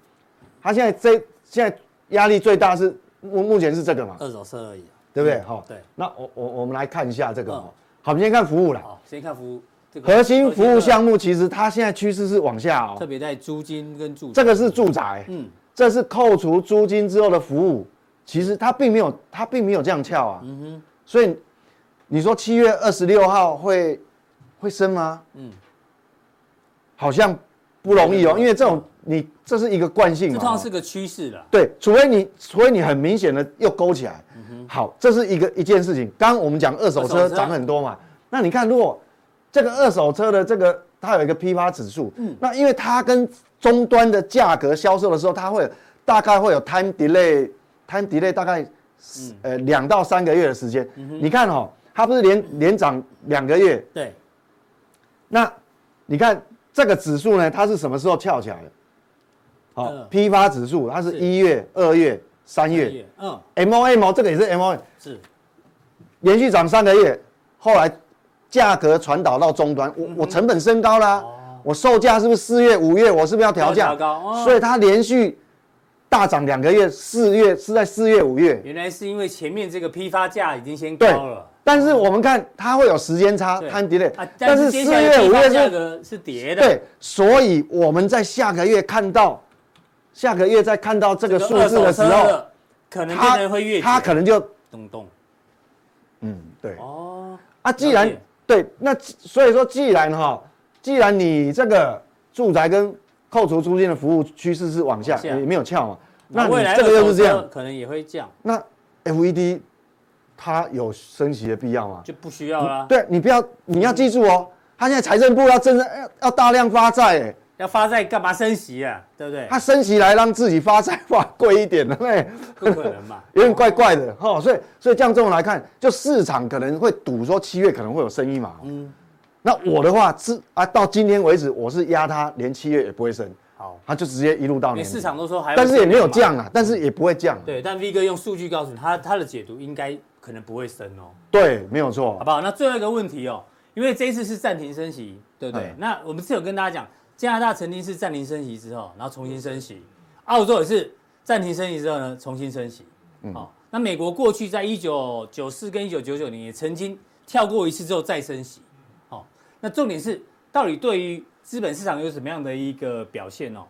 Speaker 4: 它现在这现在压力最大是目目前是这个嘛，
Speaker 1: 二手车而已，啊
Speaker 4: 对呃不对哈、
Speaker 1: 对
Speaker 4: 那我我我们来看一下这个、哦
Speaker 1: 嗯
Speaker 4: 好，我们先看服务啦。
Speaker 1: 好，先看服务这
Speaker 4: 核心服务项
Speaker 1: 目，
Speaker 4: 目其实它现在趋势是往下
Speaker 1: 特
Speaker 4: 哦，
Speaker 1: 别在租金跟住，
Speaker 4: 这个是住宅，
Speaker 1: 嗯，
Speaker 4: 这是扣除租金之后的服务，其实它并没有，它并没有这样翘啊。
Speaker 1: 嗯
Speaker 4: 所以你说七月二十六号会会升吗？
Speaker 1: 嗯
Speaker 4: 好像不容易哦，
Speaker 1: 嗯
Speaker 4: 因为这种你这是一个惯性
Speaker 1: 这
Speaker 4: 嘛
Speaker 1: 通
Speaker 4: 哦、
Speaker 1: 常是个趋势了，
Speaker 4: 对，除非你除非你很明显的又勾起来。好，这是一个一件事情。刚刚我们讲二手
Speaker 1: 二
Speaker 4: 车
Speaker 1: 手车
Speaker 4: 涨很多嘛，那你看如果这个二手车的这个它有一个批发指数，
Speaker 1: 嗯
Speaker 4: 那因为它跟终端的价格销售的时候，它会有大概会有 time delay time delay 大概、
Speaker 1: 嗯
Speaker 4: 呃两到三个月的时间。你看哦，它不是连连涨两个月，
Speaker 1: 对，
Speaker 4: 那你看这个指数呢，它是什么时候翘起来的？好、
Speaker 1: 嗯
Speaker 4: 批发指数它
Speaker 1: 是
Speaker 4: 是一月、二月、三月
Speaker 1: 嗯，
Speaker 4: ，MOM 哦这个也是 MOM，
Speaker 1: 是，
Speaker 4: 连续涨三个月，后来价格传导到终端，我、
Speaker 1: 嗯
Speaker 4: 我成本升高啦、我售价是不是四月、五月我是不是要调价？
Speaker 1: 要调哦高哦
Speaker 4: 所以它连续大涨两个月，四月是在四月、五月，
Speaker 1: 原来是因为前面这个批发价已经先
Speaker 4: 对
Speaker 1: 高了。。嗯
Speaker 4: 但是我们看它会有时间差
Speaker 1: 对
Speaker 4: time delay，、
Speaker 1: 啊，但
Speaker 4: 但
Speaker 1: 是
Speaker 4: 是
Speaker 1: 接
Speaker 4: 四
Speaker 1: 下来
Speaker 4: 月、
Speaker 1: 批
Speaker 4: 五
Speaker 1: 发
Speaker 4: 月
Speaker 1: 价
Speaker 4: 是
Speaker 1: 格是 跌的，
Speaker 4: 对，所以我们在下个月看到，下个月再看到这个
Speaker 1: 这
Speaker 4: 数
Speaker 1: 二
Speaker 4: 字
Speaker 1: 手
Speaker 4: 的时
Speaker 1: 车
Speaker 4: 候，
Speaker 1: 的可能变
Speaker 4: 它
Speaker 1: 成会越
Speaker 4: 它可能就
Speaker 1: 咚咚
Speaker 4: 嗯对
Speaker 1: 哦，
Speaker 4: 啊，既然
Speaker 1: 了解
Speaker 4: 对，那既所以说既然哈，既然你这个住宅跟扣除租金的服务趋势是往下，
Speaker 1: 往下
Speaker 4: 也没有翘嘛，那
Speaker 1: 啊那未来
Speaker 4: 你这个
Speaker 1: 二手
Speaker 4: 又是这
Speaker 1: 车
Speaker 4: 样，
Speaker 1: 可能也会降，
Speaker 4: 那 FED 它有升息的必要吗？
Speaker 1: 就啊不需要啦。
Speaker 4: 对你不要，你要记住哦，它现在财政部要正要要大量发债，哎，
Speaker 1: 要发债干嘛升息啊？对不对？
Speaker 4: 它升息来让自己发债，哇，贵一点了对。
Speaker 1: 不可能 嘛。
Speaker 4: 有点怪怪
Speaker 1: 嗯
Speaker 4: 的哈、齁所以所以这样这么来看，就市场可能会赌说七月可能会有生意嘛。嗯，那我的话是啊，到今天为止我是压它，连七月也不会升，
Speaker 1: 好，
Speaker 4: 它就直接一路到
Speaker 1: 因为
Speaker 4: 年底
Speaker 1: 市场，都说还，
Speaker 4: 但是也没有。降啊，但是也不会降、啊。
Speaker 1: 对，但 V 哥用数据告诉你，他他的解读应该可能不会升哦，
Speaker 4: 对，没有错
Speaker 1: 好。不好？那最后一个问题哦，因为这一次是暂停升息，对不对
Speaker 4: 嗯？
Speaker 1: 那我们是有跟大家讲，加拿大曾经是暂停升息之后，然后重新升息，澳洲也是暂停升息之后呢，重新升息。哦，那美国过去在一九九四跟一九九九年也曾经跳过一次之后再升息。哦，那重点是到底对于资本市场有什么样的一个表现哦？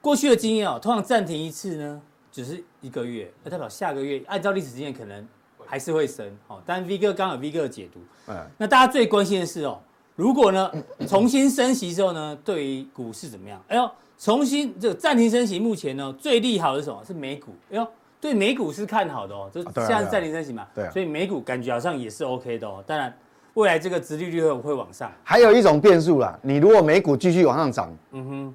Speaker 1: 过去的经验哦，通常暂停一次呢，只是一个月，那代表下个月按照历史经验可能还是会升。哦，但 V 哥刚好有 V 哥的解读，
Speaker 4: 嗯，
Speaker 1: 那大家最关心的是哦，如果呢重新升息之后呢，对于股市怎么样？哎呦，重新这个暂停升息，目前呢最利好的是什么？是美股。哎呦，对美股是看好的哦，就
Speaker 4: 啊对啊
Speaker 1: 现在是暂停升息嘛，
Speaker 4: 对啊
Speaker 1: 所以美股感觉好像也是 OK 的哦。当然，未来这个殖利率会会往上。
Speaker 4: 还有一种变数啦，你如果美股继续往上涨，
Speaker 1: 嗯哼，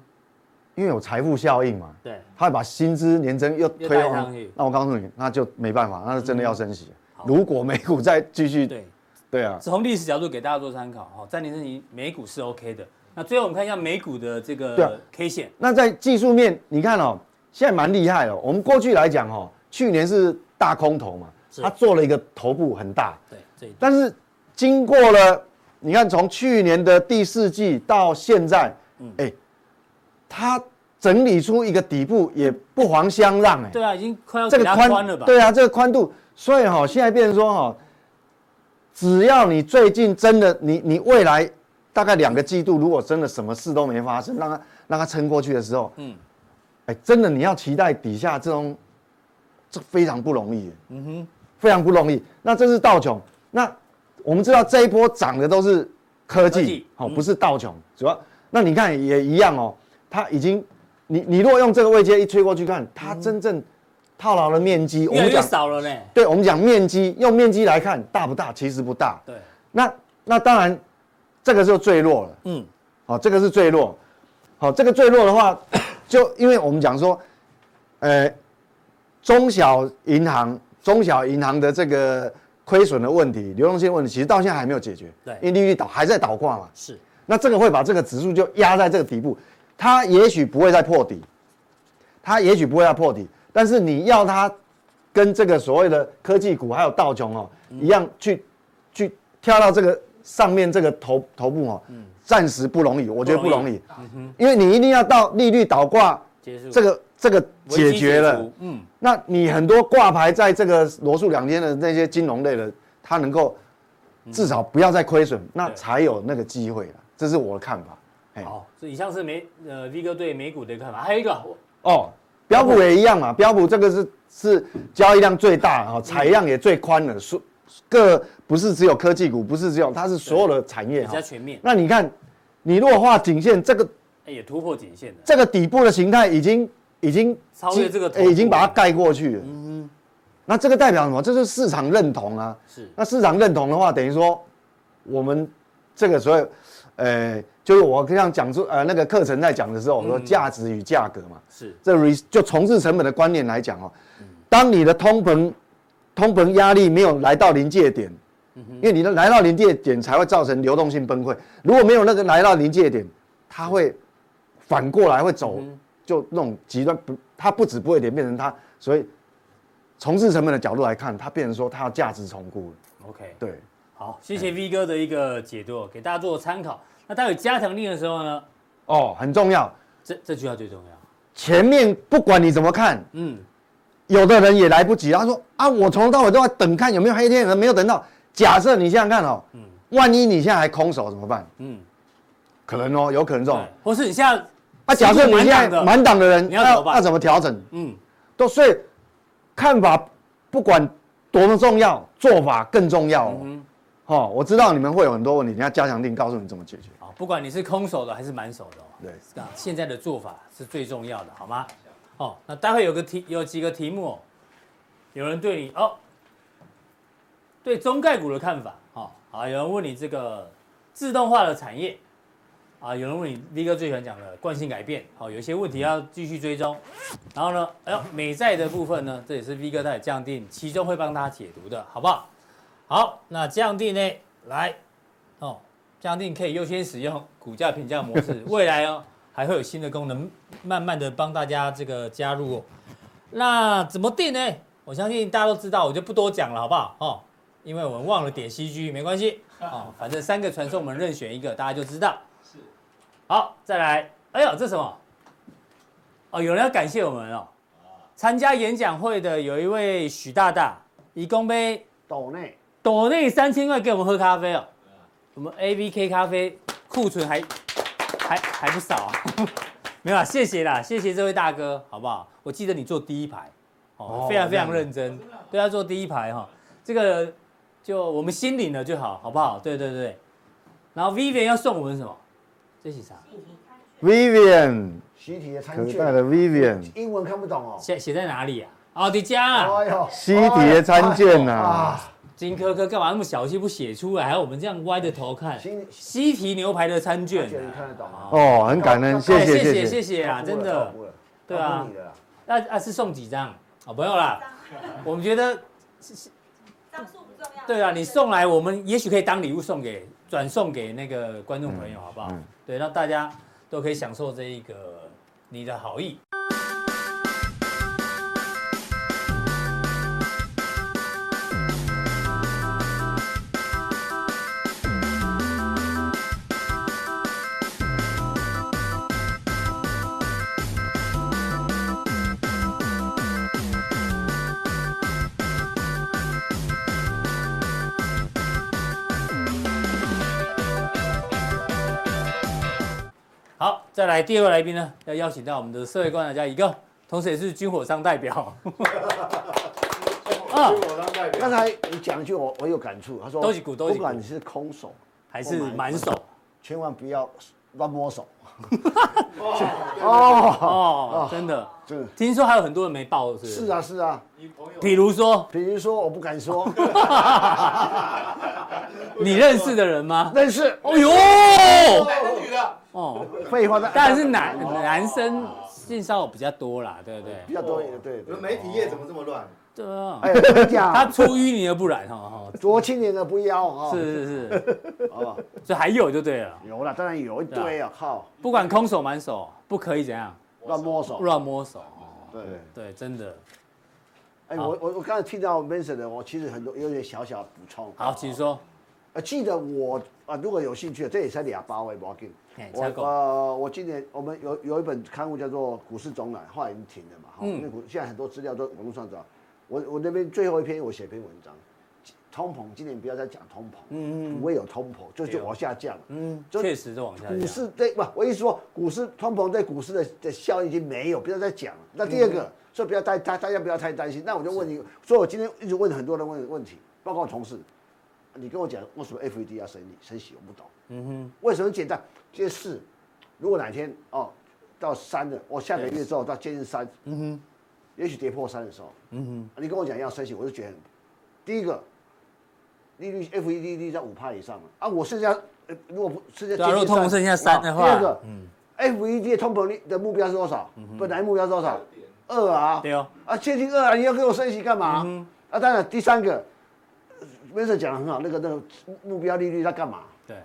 Speaker 4: 因为有财富效应嘛，
Speaker 1: 对，
Speaker 4: 他会把薪资年增又
Speaker 1: 又
Speaker 4: 推
Speaker 1: 带
Speaker 4: 往
Speaker 1: 上去嗯
Speaker 4: 那我告诉你，那就没办法，那是真的要升息。
Speaker 1: 好
Speaker 4: 如果美股再继续，
Speaker 1: 对，
Speaker 4: 对啊，
Speaker 1: 从历史角度给大家做参考哈，暂停升息，美股是 OK 的。那最后我们看一下美股的这
Speaker 4: 对啊
Speaker 1: 个 K 线，
Speaker 4: 那在技术面，你看哦，现在蛮厉害哦。我们过去来讲哦，去年是大空头嘛，
Speaker 1: 是
Speaker 4: 它做了一个头部很大，
Speaker 1: 对，这一段
Speaker 4: 但是经过了，你看从去年的第四季到现在，
Speaker 1: 嗯
Speaker 4: 哎、它整理出一个底部，也不遑相让哎、
Speaker 1: 对啊，已经快要
Speaker 4: 这
Speaker 1: 给
Speaker 4: 个
Speaker 1: 它
Speaker 4: 宽
Speaker 1: 宽了吧？
Speaker 4: 对啊，这个宽度，所以哈、现在变成说哈、只要你最近真的你你未来大概两个季度，如果真的什么事都没发生，让它让它撑过去的时候，
Speaker 1: 嗯
Speaker 4: 嗯，哎，真的你要期待底下这种，这非常不容易，嗯哼，非常不容易。那这是道琼，那我们知道这一波涨的都是科
Speaker 1: 科
Speaker 4: 技
Speaker 1: 技，
Speaker 4: 好、
Speaker 1: 嗯
Speaker 4: 不是道琼，主要那你看也一样哦，它已经。你你如果用这个位阶一吹过去看，它真正套牢的面积，我
Speaker 1: 嗯越来
Speaker 4: 们
Speaker 1: 越
Speaker 4: 讲，
Speaker 1: 少了呢。
Speaker 4: 对我们讲面积，用面积来看大不大？其实不大。
Speaker 1: 对，
Speaker 4: 那那当然，这个就最弱了。
Speaker 1: 嗯，
Speaker 4: 好、这个是最弱。好、这个最弱的话， 就因为我们讲说，呃，中小银行、中小银行的这个亏损的问题、流动性问题，其实到现在还没有解决。
Speaker 1: 对
Speaker 4: 因为利率倒还在倒挂嘛。
Speaker 1: 是
Speaker 4: 那这个会把这个指数就压在这个底部，它也许不会再破底，它也许不会再破底，但是你要它跟这个所谓的科技股还有道琼哦
Speaker 1: 嗯
Speaker 4: 一样去去跳到这个上面这个头头部哦，
Speaker 1: 嗯
Speaker 4: 暂时不容易，我觉得不容易，因为你一定要到利率倒挂
Speaker 1: 结束
Speaker 4: 这个这个解决了
Speaker 1: 危机解，除嗯，
Speaker 4: 那你很多挂牌在这个罗素两千的那些金融类的，它能够至少不要再亏损，那
Speaker 1: 对
Speaker 4: 才有那个机会了。这是我的看法。嘿
Speaker 1: 好，所以以上是美呃 V 哥对美股的看法，还有一个我
Speaker 4: 哦，标普也一样嘛，标普这个是是交易量最大啊，哦采样也最宽的，所各不是只有科技股，不是只有它是所有的产业
Speaker 1: 比
Speaker 4: 哈
Speaker 1: 较。全面，
Speaker 4: 那你看，你如果画颈线，这个
Speaker 1: 哎也突破颈线了。
Speaker 4: 这个底部的形态已经已经
Speaker 1: 超越这个头
Speaker 4: 哎
Speaker 1: 部
Speaker 4: 已经把它盖过去了。嗯那这个代表什么？这就是市场认同啊。
Speaker 1: 是
Speaker 4: 那市场认同的话，等于说我们这个所谓，呃，就是我这样讲出呃那个课程在讲的时候，我说价值与价格嘛，
Speaker 1: 是，
Speaker 4: 这 re 就重置成本的观念来讲哦，当你的通膨通膨压力没有来到临界点，因为你的来到临界点才会造成流动性崩溃，如果没有那个来到临界点，它会反过来会走就那种极端不，它不止不会点变成它，所以从事成本的角度来看，它变成说它要价值重估了，
Speaker 1: OK，
Speaker 4: 对。哎
Speaker 1: 好，谢谢 V 哥的一个解读，给大家做参考。那待会加强力的时候呢，
Speaker 4: 哦，很重要。
Speaker 1: 这这句话最重要。
Speaker 4: 前面不管你怎么看，
Speaker 1: 嗯，
Speaker 4: 有的人也来不及。他说啊，我从头到尾都在等看有没有黑天鹅，没有等到。假设你想想看哦，万一你现在还空手怎么办？
Speaker 1: 嗯
Speaker 4: 嗯，可能哦，有可能这种
Speaker 1: 对。，或是你现在
Speaker 4: 啊，假设你现在
Speaker 1: 的，
Speaker 4: 满档的人，
Speaker 1: 你要怎么办
Speaker 4: 要怎么调整？
Speaker 1: 嗯，
Speaker 4: 都所以看法不管多么重要，做法更重要
Speaker 1: 嗯
Speaker 4: 哦。哦，我知道你们会有很多问题，你要加强定告诉你怎么解决。
Speaker 1: 好，啊不管你是空手的还是满手的、哦，
Speaker 4: 对，
Speaker 1: 啊，现在的做法是最重要的，好吗？哦，那待会有个题，有几个题目、哦，有人对你哦，对中概股的看法，哦，啊，有人问你这个自动化的产业，啊，有人问你 V 哥最喜欢讲的惯性改变，哦好、有一些问题要继续追踪，然后呢，哎呦，美债的部分呢，这也是 V 哥在降定，其中会帮大家解读的，好不好？好，那降定呢，来，哦，降定可以优先使用股价评价模式，未来哦还会有新的功能，慢慢的帮大家这个加入哦。那怎么定呢？我相信大家都知道，我就不多讲了，好不好？哦，因为我们忘了点 CG，没关系哦，反正三个传送门任选一个，大家就知道。好，再来，哎呦，这什么？哦，有人要感谢我们哦。参加演讲会的有一位许大大，一共被
Speaker 2: 岛内
Speaker 1: 抖内三千块给我们喝咖啡哦，我们 A V K 咖啡库存还还还不少啊， 没有啊，谢谢啦，谢谢这位大哥，好不好？我记得你坐第一排，哦，
Speaker 4: 哦
Speaker 1: 非常非常
Speaker 4: 这样
Speaker 1: 认真，对啊，坐第一排哈、这个就我们心领了就好，好不好？对对对，然后 Vivian 要送我们什么？这是啥？
Speaker 4: Vivian，
Speaker 2: 习题的
Speaker 4: 可
Speaker 2: 餐
Speaker 4: 带的
Speaker 2: 券，
Speaker 4: Vivian。
Speaker 2: 英文看不懂哦。
Speaker 1: 写写在哪里啊？哦，迪迦啊，
Speaker 2: 哎呦
Speaker 4: 西提的参见呐
Speaker 2: 哎呦啊，
Speaker 1: 金科科干嘛那么小气不写出来，还要我们这样歪着头看？
Speaker 2: 新
Speaker 1: 西皮牛排的餐券
Speaker 2: 完全看得懂
Speaker 1: 啊
Speaker 2: 啊！
Speaker 4: 哦，很感恩，谢
Speaker 1: 哎
Speaker 4: 谢
Speaker 1: 谢
Speaker 4: 谢
Speaker 1: 谢
Speaker 4: 谢。
Speaker 1: 谢啊，真的。对
Speaker 2: 对
Speaker 1: 啊
Speaker 2: 啊，
Speaker 1: 那啊是送几张？哦，不用啦，我们觉得
Speaker 3: 张数不重要。
Speaker 1: 对啊，你送来，我们也许可以当礼物送给转送给那个观众朋友，好不好？
Speaker 4: 嗯
Speaker 1: 对，让大家都可以享受这一个你的好意。好，再来第二位来宾呢，要邀请到我们的社会观察家一个，同时也是军火商代表， 啊
Speaker 2: 刚才你讲一句我我有感触，他说
Speaker 1: 都是股都是股
Speaker 2: 不管你是空手
Speaker 1: 还是满
Speaker 2: Oh
Speaker 1: 手
Speaker 2: 千万不要乱 摸手。
Speaker 1: 哦
Speaker 2: 哦，
Speaker 1: 真的。
Speaker 2: 这个
Speaker 1: 听说还有很多人没报，是不
Speaker 2: 是，啊是啊，
Speaker 1: 比如说
Speaker 2: 比如说我不敢说，
Speaker 1: 你认识的人 吗？
Speaker 2: 但是
Speaker 1: 哦呦，
Speaker 5: 哎女的，
Speaker 1: 哦，
Speaker 2: 废话的
Speaker 1: 当然是男男生性骚扰比较多啦，对不对？
Speaker 2: 比较多一点，对
Speaker 5: 你
Speaker 2: 对
Speaker 5: 们。媒体业怎么这么乱？
Speaker 1: 对啊，
Speaker 2: 哎，我跟你
Speaker 1: 他
Speaker 2: 讲，
Speaker 1: 出淤泥而不染哈 哈，
Speaker 2: 濯清涟的不要啊，
Speaker 1: 是是是， 哦
Speaker 2: 好不好？
Speaker 1: 所以还有就对了，
Speaker 2: 有了，当然有一堆啊，靠，
Speaker 1: 不管空手满手，不可以怎样
Speaker 2: 乱摸手。
Speaker 1: 乱摸手，哦
Speaker 2: 对对。
Speaker 1: 对，真的。
Speaker 2: 哎，
Speaker 1: 好
Speaker 2: 我我我刚才听到 Vincent 的，我其实很多有点小小补充。
Speaker 1: 好，请说，
Speaker 2: 呃，记得我啊，如果有兴趣，这也是俩八位不要紧
Speaker 1: 嘿。
Speaker 2: 我
Speaker 1: 采购
Speaker 2: 呃，我今年我们有有一本刊物叫做《股市总览》，啊后来已经停了嘛，哈、
Speaker 1: 嗯
Speaker 2: 因为股现在很多资料都网络上找。我我那边最后一篇我写篇文章，通膨今年不要再讲通膨，
Speaker 1: 嗯嗯嗯
Speaker 2: 不会有通膨，就
Speaker 1: 对
Speaker 2: 就
Speaker 1: 哦
Speaker 2: 往下降了。
Speaker 1: 嗯，
Speaker 2: 就
Speaker 1: 确实是往下
Speaker 2: 股
Speaker 1: 讲，
Speaker 2: 市对不？我意思说，股市通膨对股市的的效应已经没有，不要再讲了。那第二
Speaker 1: 嗯
Speaker 2: 个，所以不要太大大家不要太担心。那我就问你，所以我今天一直问很多人问问题，包括我同事，你跟我讲为什么 FED 要升息？升息我不懂，
Speaker 1: 嗯哼，
Speaker 2: 为什么很简单？这些事，如果哪天哦到三了，我下个月之后到接近三，
Speaker 1: 嗯哼，
Speaker 2: 也许跌破三的时候，啊
Speaker 1: 嗯哼，
Speaker 2: 你跟我讲要升息，我就觉得很，第一个，利率 FED 利率在五帕以上了啊，我剩下呃如果不剩下
Speaker 1: 对啊
Speaker 2: 接近
Speaker 1: 如果通膨
Speaker 2: 3
Speaker 1: 剩下三的话
Speaker 2: 第二个，
Speaker 1: 嗯
Speaker 2: 嗯，FED 的通膨率的目标是多少？本来目标是多少？二啊，
Speaker 1: 对哦，
Speaker 2: 啊接近二啊，你要给我升息干嘛
Speaker 1: 嗯？
Speaker 2: 啊，当然第三个，没事讲得很好，那个那个目标利率它干嘛？
Speaker 1: 对，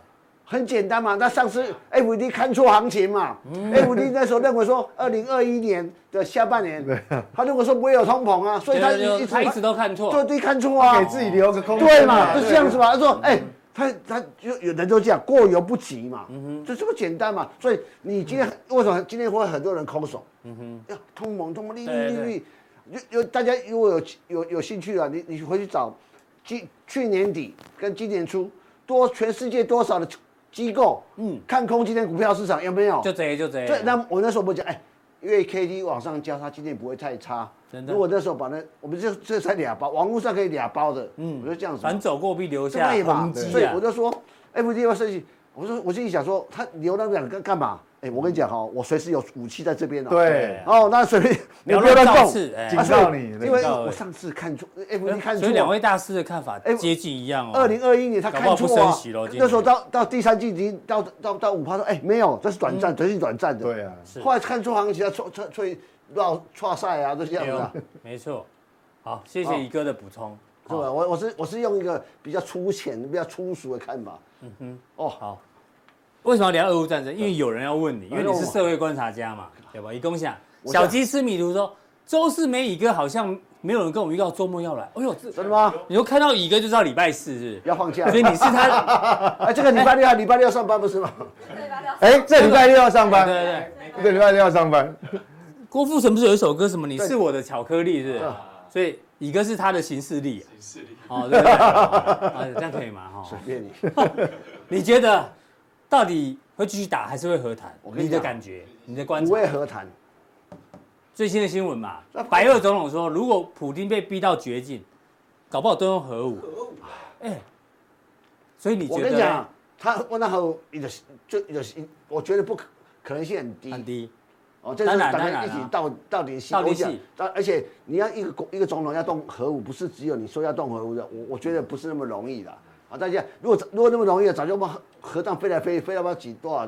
Speaker 2: 很简单嘛，那上次 FED 看错行情嘛、f
Speaker 1: 嗯
Speaker 2: e d 那时候认为说二零二一年的下半年，他如果说不会有通膨啊，所以他
Speaker 1: 对
Speaker 2: 一
Speaker 1: 啊对
Speaker 2: 一
Speaker 1: 他一
Speaker 2: 直
Speaker 1: 直都看错，
Speaker 2: 对对看错啊，
Speaker 4: 给自己留个空间啊
Speaker 2: 对嘛，就这样子嘛。他说，哎，他他就有人都这样，过犹不及嘛，就这么简单嘛。所以你今天为什么今天会很多人空手？嗯哼，通膨通膨利率
Speaker 1: 对
Speaker 2: 利
Speaker 1: 对
Speaker 2: 率，有有大家如果有有有兴趣啊，你你回去找今去年底跟今年初多全世界多少的机构，嗯，看空今天股票市场有没有？
Speaker 1: 就贼就贼，
Speaker 2: 对，那我那时候不讲，哎、因为 K D 往上加，它今天不会太差。
Speaker 1: 真的
Speaker 2: 如果那时候把那我们这这才俩包，网络上可以俩包的，嗯，我就这样子嘛，
Speaker 1: 反走过必留下
Speaker 2: 对嘛
Speaker 1: 痕？迹
Speaker 2: 所以
Speaker 1: 啊
Speaker 2: 我，就说 F D 要设计，我说我心里想说，他留那两个干嘛？哎、我跟你讲哦，我随时有武器在这边哦。。
Speaker 4: 对，
Speaker 2: 哦，那随便
Speaker 1: 不
Speaker 2: 你
Speaker 1: 要
Speaker 2: 不要
Speaker 1: 乱
Speaker 2: 乱
Speaker 1: 造
Speaker 2: 动，
Speaker 1: 次，哎
Speaker 4: 警，告你
Speaker 2: 因为
Speaker 1: 警告而已
Speaker 2: 我上次看错，F D 看错，
Speaker 1: 所以两位大师的看法
Speaker 2: 哎
Speaker 1: 接近一样哦，
Speaker 2: 二零二一年他
Speaker 1: 搞
Speaker 2: 看
Speaker 1: 不好不
Speaker 2: 错
Speaker 1: 升
Speaker 2: 啊
Speaker 1: 息咯今，年
Speaker 2: 那时候到到第三季已经到到到五趴说，哎、没有，这是短
Speaker 1: 嗯
Speaker 2: 暂，这是短暂的。
Speaker 4: 对啊
Speaker 1: 是
Speaker 2: 后来看错行情，他错错错绕错赛啊，这些样
Speaker 1: 对
Speaker 2: 子、
Speaker 1: 哦
Speaker 2: 啊，
Speaker 1: 没错，好，谢
Speaker 2: 好
Speaker 1: 谢乙哥的补充，
Speaker 2: 是吧？我我是我是用一个比较粗浅、比较粗俗的看法。嗯哼，哦，
Speaker 1: 好，为什么要聊俄乌战争？因为有人要问你，因为你是社会观察家嘛，对吧？一共想
Speaker 2: 我想
Speaker 1: 小鸡吃米图说，周四没乙哥，好像没有人跟我预告周末要来。哎呦，这
Speaker 2: 真的吗？
Speaker 1: 你就看到乙哥就知道礼拜四是
Speaker 2: 要放假
Speaker 1: 不是，所以你是他，
Speaker 2: 哎，这个礼拜六啊，礼拜六上班不是吗？
Speaker 3: 对吧？聊
Speaker 4: 哎，这礼拜六要上
Speaker 1: 对
Speaker 4: 班，
Speaker 1: 对对。
Speaker 4: 这礼拜六要上班，
Speaker 1: 郭富城不是有一首歌什么“你
Speaker 2: 对
Speaker 1: 是我的巧克力”是不是
Speaker 2: 对？
Speaker 1: 所以乙哥是他的行事力
Speaker 5: 影视里
Speaker 1: 哦，对不对？哦这样可以吗？哈、
Speaker 2: 随便你。
Speaker 1: 你觉得到底会继续打还是会和谈？
Speaker 2: 我跟你
Speaker 1: 你的
Speaker 2: 讲
Speaker 1: 感觉，你的观
Speaker 2: 不
Speaker 1: 察。
Speaker 2: 会和谈，
Speaker 1: 最新的新闻嘛
Speaker 2: 那，
Speaker 1: 白俄总统说，如果普京被逼到绝境，搞不好都用核武。哎、所以 你
Speaker 2: 啊我
Speaker 1: 觉
Speaker 2: 跟你
Speaker 1: 得呢
Speaker 2: 讲，啊他问他后，有就有，我觉得不可可能性很低。
Speaker 1: 很低？
Speaker 2: 哦，这就
Speaker 1: 当
Speaker 2: 是
Speaker 1: 然
Speaker 2: 大
Speaker 1: 当
Speaker 2: 家
Speaker 1: 然
Speaker 2: 一起
Speaker 1: 啊
Speaker 2: 到到底系
Speaker 1: 到底
Speaker 2: 我讲
Speaker 1: 系，
Speaker 2: 但而且你要一个国一个总统要动核武，不是只有你说要动核武的，我我觉得不是那么容易的啊！大家如果如果那么容易，早就把核核弹飞来飞，飞到不知道几多少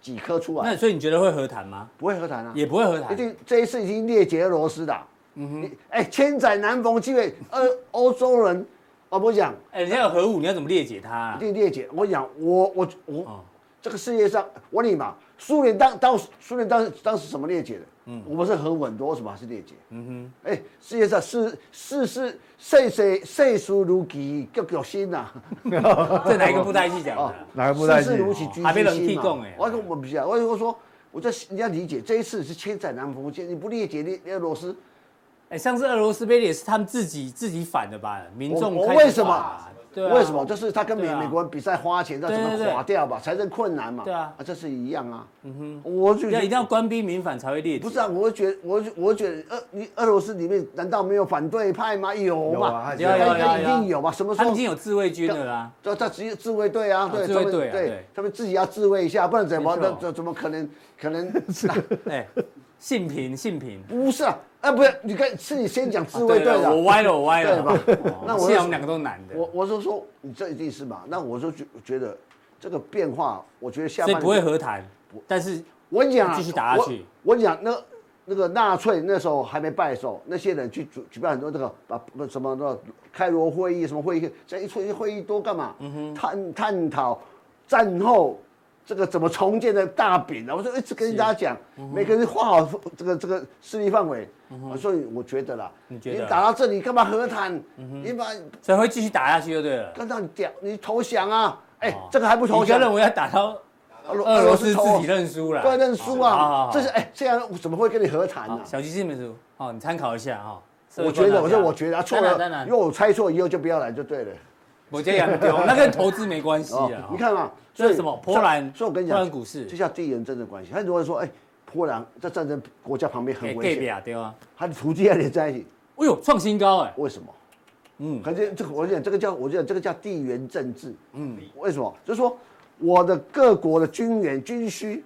Speaker 2: 几颗出
Speaker 1: 那
Speaker 2: 来，
Speaker 1: 所以你觉得会和谈吗？
Speaker 2: 不会核弹啊！
Speaker 1: 也不嗯会和谈
Speaker 2: 一。定这一次已经列劫罗斯的啊。你哎，千载难逢机会，呃，欧洲人，我不讲，
Speaker 1: 哎，人家有核武，你要怎么列解它
Speaker 2: 一
Speaker 1: 啊？
Speaker 2: 定列解。我讲，我我我、
Speaker 1: 哦
Speaker 2: 这个世界上，我问你嘛，苏联当当苏联当当时怎么列解的？嗯，我们是很稳多，为什么还是列解？嗯哼，哎，世界上世世事世事世事如棋，各有 心呐。
Speaker 1: 这哪一个布袋戏讲
Speaker 2: 哦
Speaker 1: 的？
Speaker 4: 哪个不带
Speaker 2: 啊世事
Speaker 4: 劲
Speaker 2: 如？棋，居
Speaker 1: 还没
Speaker 2: 心
Speaker 1: 人
Speaker 2: 心
Speaker 1: 提
Speaker 2: 嘛
Speaker 1: 供哎
Speaker 2: 啊我说我不是啊，我我说，我这你要理解，这一次是千载难逢，你不列解列列俄罗斯，
Speaker 1: 哎，上次俄罗斯杯也是他们自己自己反的吧？民众
Speaker 2: 我我
Speaker 1: 开始
Speaker 2: 为什么
Speaker 1: 反啊？对啊，
Speaker 2: 为什么？就是他跟美、
Speaker 1: 对啊
Speaker 2: 美国人比赛花钱，让
Speaker 1: 对
Speaker 2: 怎
Speaker 1: 对
Speaker 2: 么
Speaker 1: 对
Speaker 2: 垮掉吧，财政困难嘛。
Speaker 1: 对啊
Speaker 2: 这是一样啊。嗯哼，我就觉
Speaker 1: 要
Speaker 2: 得
Speaker 1: 一定要官逼民反才会列解？
Speaker 2: 不是啊，我觉得我就我觉得俄你俄罗斯里面难道没有反对派吗？有
Speaker 4: 有啊
Speaker 2: 嘛，
Speaker 4: 有啊有啊
Speaker 1: 有啊
Speaker 2: 一定有嘛。什么时
Speaker 1: 他们
Speaker 2: 候
Speaker 1: 已？经有自卫军了啦。
Speaker 2: 这这自自卫队啊，对，
Speaker 1: 自
Speaker 2: 他
Speaker 1: 卫
Speaker 2: 们
Speaker 1: 队啊对
Speaker 2: 对，他们自己要自卫一下，不然怎么
Speaker 1: 没错
Speaker 2: 那怎怎么可能可 能？啊
Speaker 1: 哎，性平性平，哦
Speaker 2: 不是啊，啊不是，你看是你先讲自
Speaker 1: 啊
Speaker 2: 卫
Speaker 1: 对
Speaker 2: 队
Speaker 1: 了，我
Speaker 2: 的。
Speaker 1: 歪了，我歪了。
Speaker 2: 对吧
Speaker 1: 哦
Speaker 2: 那我
Speaker 1: 现在我们两个都是男的，
Speaker 2: 我我是说，你这一定是嘛？那我就觉觉得这个变化，我觉得下
Speaker 1: 所以
Speaker 2: 半
Speaker 1: 不会和谈，但是
Speaker 2: 我讲啊
Speaker 1: 继续打下去
Speaker 2: 我我讲那那个纳粹那时候还没败的时候，那些人去举举办很多这个把不什么的开罗会议什么会议，这一出会议多干嘛？
Speaker 1: 嗯
Speaker 2: 探探讨战后这个怎么重建的大饼啊！我说一直跟大家讲，
Speaker 1: 嗯
Speaker 2: 每个人画好这个这个势力范围。啊所以我觉得啦，
Speaker 1: 你觉得啊嗯
Speaker 2: 打到这里干嘛和谈？你把
Speaker 1: 所以会继续打下去就对了。
Speaker 2: 干到你屌，你投降啊！哎
Speaker 1: 哦，
Speaker 2: 这个还不投
Speaker 1: 你就
Speaker 2: 降？
Speaker 1: 认为要打到
Speaker 2: 俄
Speaker 1: 俄罗斯
Speaker 2: 投
Speaker 1: 自己认输了，
Speaker 2: 对，认输
Speaker 1: 好好
Speaker 2: 啊
Speaker 1: 好！
Speaker 2: 这是哎，这样怎么会跟你和谈
Speaker 1: 好
Speaker 2: 呢？
Speaker 1: 小鸡是没输，哦，你参考一下哈。社
Speaker 2: 我
Speaker 1: 会
Speaker 2: 觉
Speaker 1: 观察
Speaker 2: 得，
Speaker 1: 一
Speaker 2: 我
Speaker 1: 下
Speaker 2: 说我觉得啊错
Speaker 1: 当然当
Speaker 2: 了，如
Speaker 1: 然，
Speaker 2: 果我猜错以后就不要来就对了。
Speaker 1: 我觉得很 丢，哦那跟投资没关系
Speaker 2: 哦
Speaker 1: 啊。，
Speaker 2: 你看嘛，
Speaker 1: 所以什么波兰
Speaker 2: 所以我跟你
Speaker 1: 波
Speaker 2: 讲
Speaker 1: 兰，股市
Speaker 2: 就像地缘政治关系，很多人说，哎，波兰在战争国家旁边
Speaker 1: 给
Speaker 2: 很危
Speaker 1: 给比
Speaker 2: 险，
Speaker 1: 啊，对吗？
Speaker 2: 它的土地还连在一起，
Speaker 1: 哎呦，创新高哎，
Speaker 2: 为什么？
Speaker 1: 嗯，
Speaker 2: 可是这个我讲这个叫我讲这个叫地缘政治，嗯，为什么？就是说我的各国的军援军需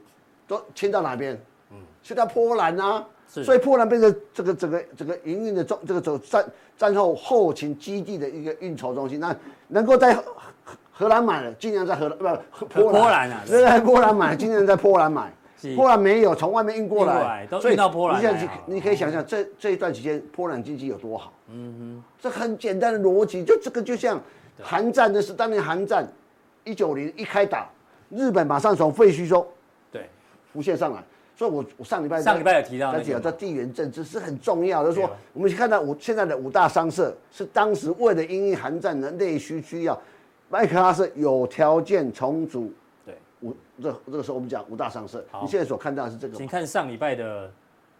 Speaker 2: 都迁到哪边？嗯，迁到波兰啊，
Speaker 1: 是
Speaker 2: 所以波兰变成这个整个整个营运的中这个走战战后后勤基地的一个运筹中心，那能够在荷荷荷兰买的，尽量在荷兰不
Speaker 1: 波
Speaker 2: 波
Speaker 1: 兰 啊
Speaker 2: 能在波兰买，尽量在波兰买
Speaker 1: 是。
Speaker 2: 波兰没有从外面运过
Speaker 1: 运过来
Speaker 2: 来，
Speaker 1: 都
Speaker 2: 所以
Speaker 1: 运到波兰
Speaker 2: 你想
Speaker 1: 来
Speaker 2: 去
Speaker 1: 啊
Speaker 2: 你可以想象这这一段期间波兰经济有多好。
Speaker 1: 嗯
Speaker 2: 这很简单的逻辑，就这个就像韩战的是当年韩战，一九零一开打，日本马上从废墟中
Speaker 1: 对，
Speaker 2: 浮现上来。所以我我上礼拜
Speaker 1: 上礼拜有提到那
Speaker 2: 哎在
Speaker 1: 个
Speaker 2: 讲
Speaker 1: 嘛
Speaker 2: 这地缘政治是很重要的，就是
Speaker 1: 对
Speaker 2: 说
Speaker 1: 啊
Speaker 2: 我们看到五现在的五大商社是当时为了因应韩战的内需需要，麦克阿瑟有条件重组
Speaker 1: 对，
Speaker 2: 五这这个时候我们讲五大商社
Speaker 1: 好，
Speaker 2: 你现在所看到的是这个
Speaker 1: 请看上礼拜的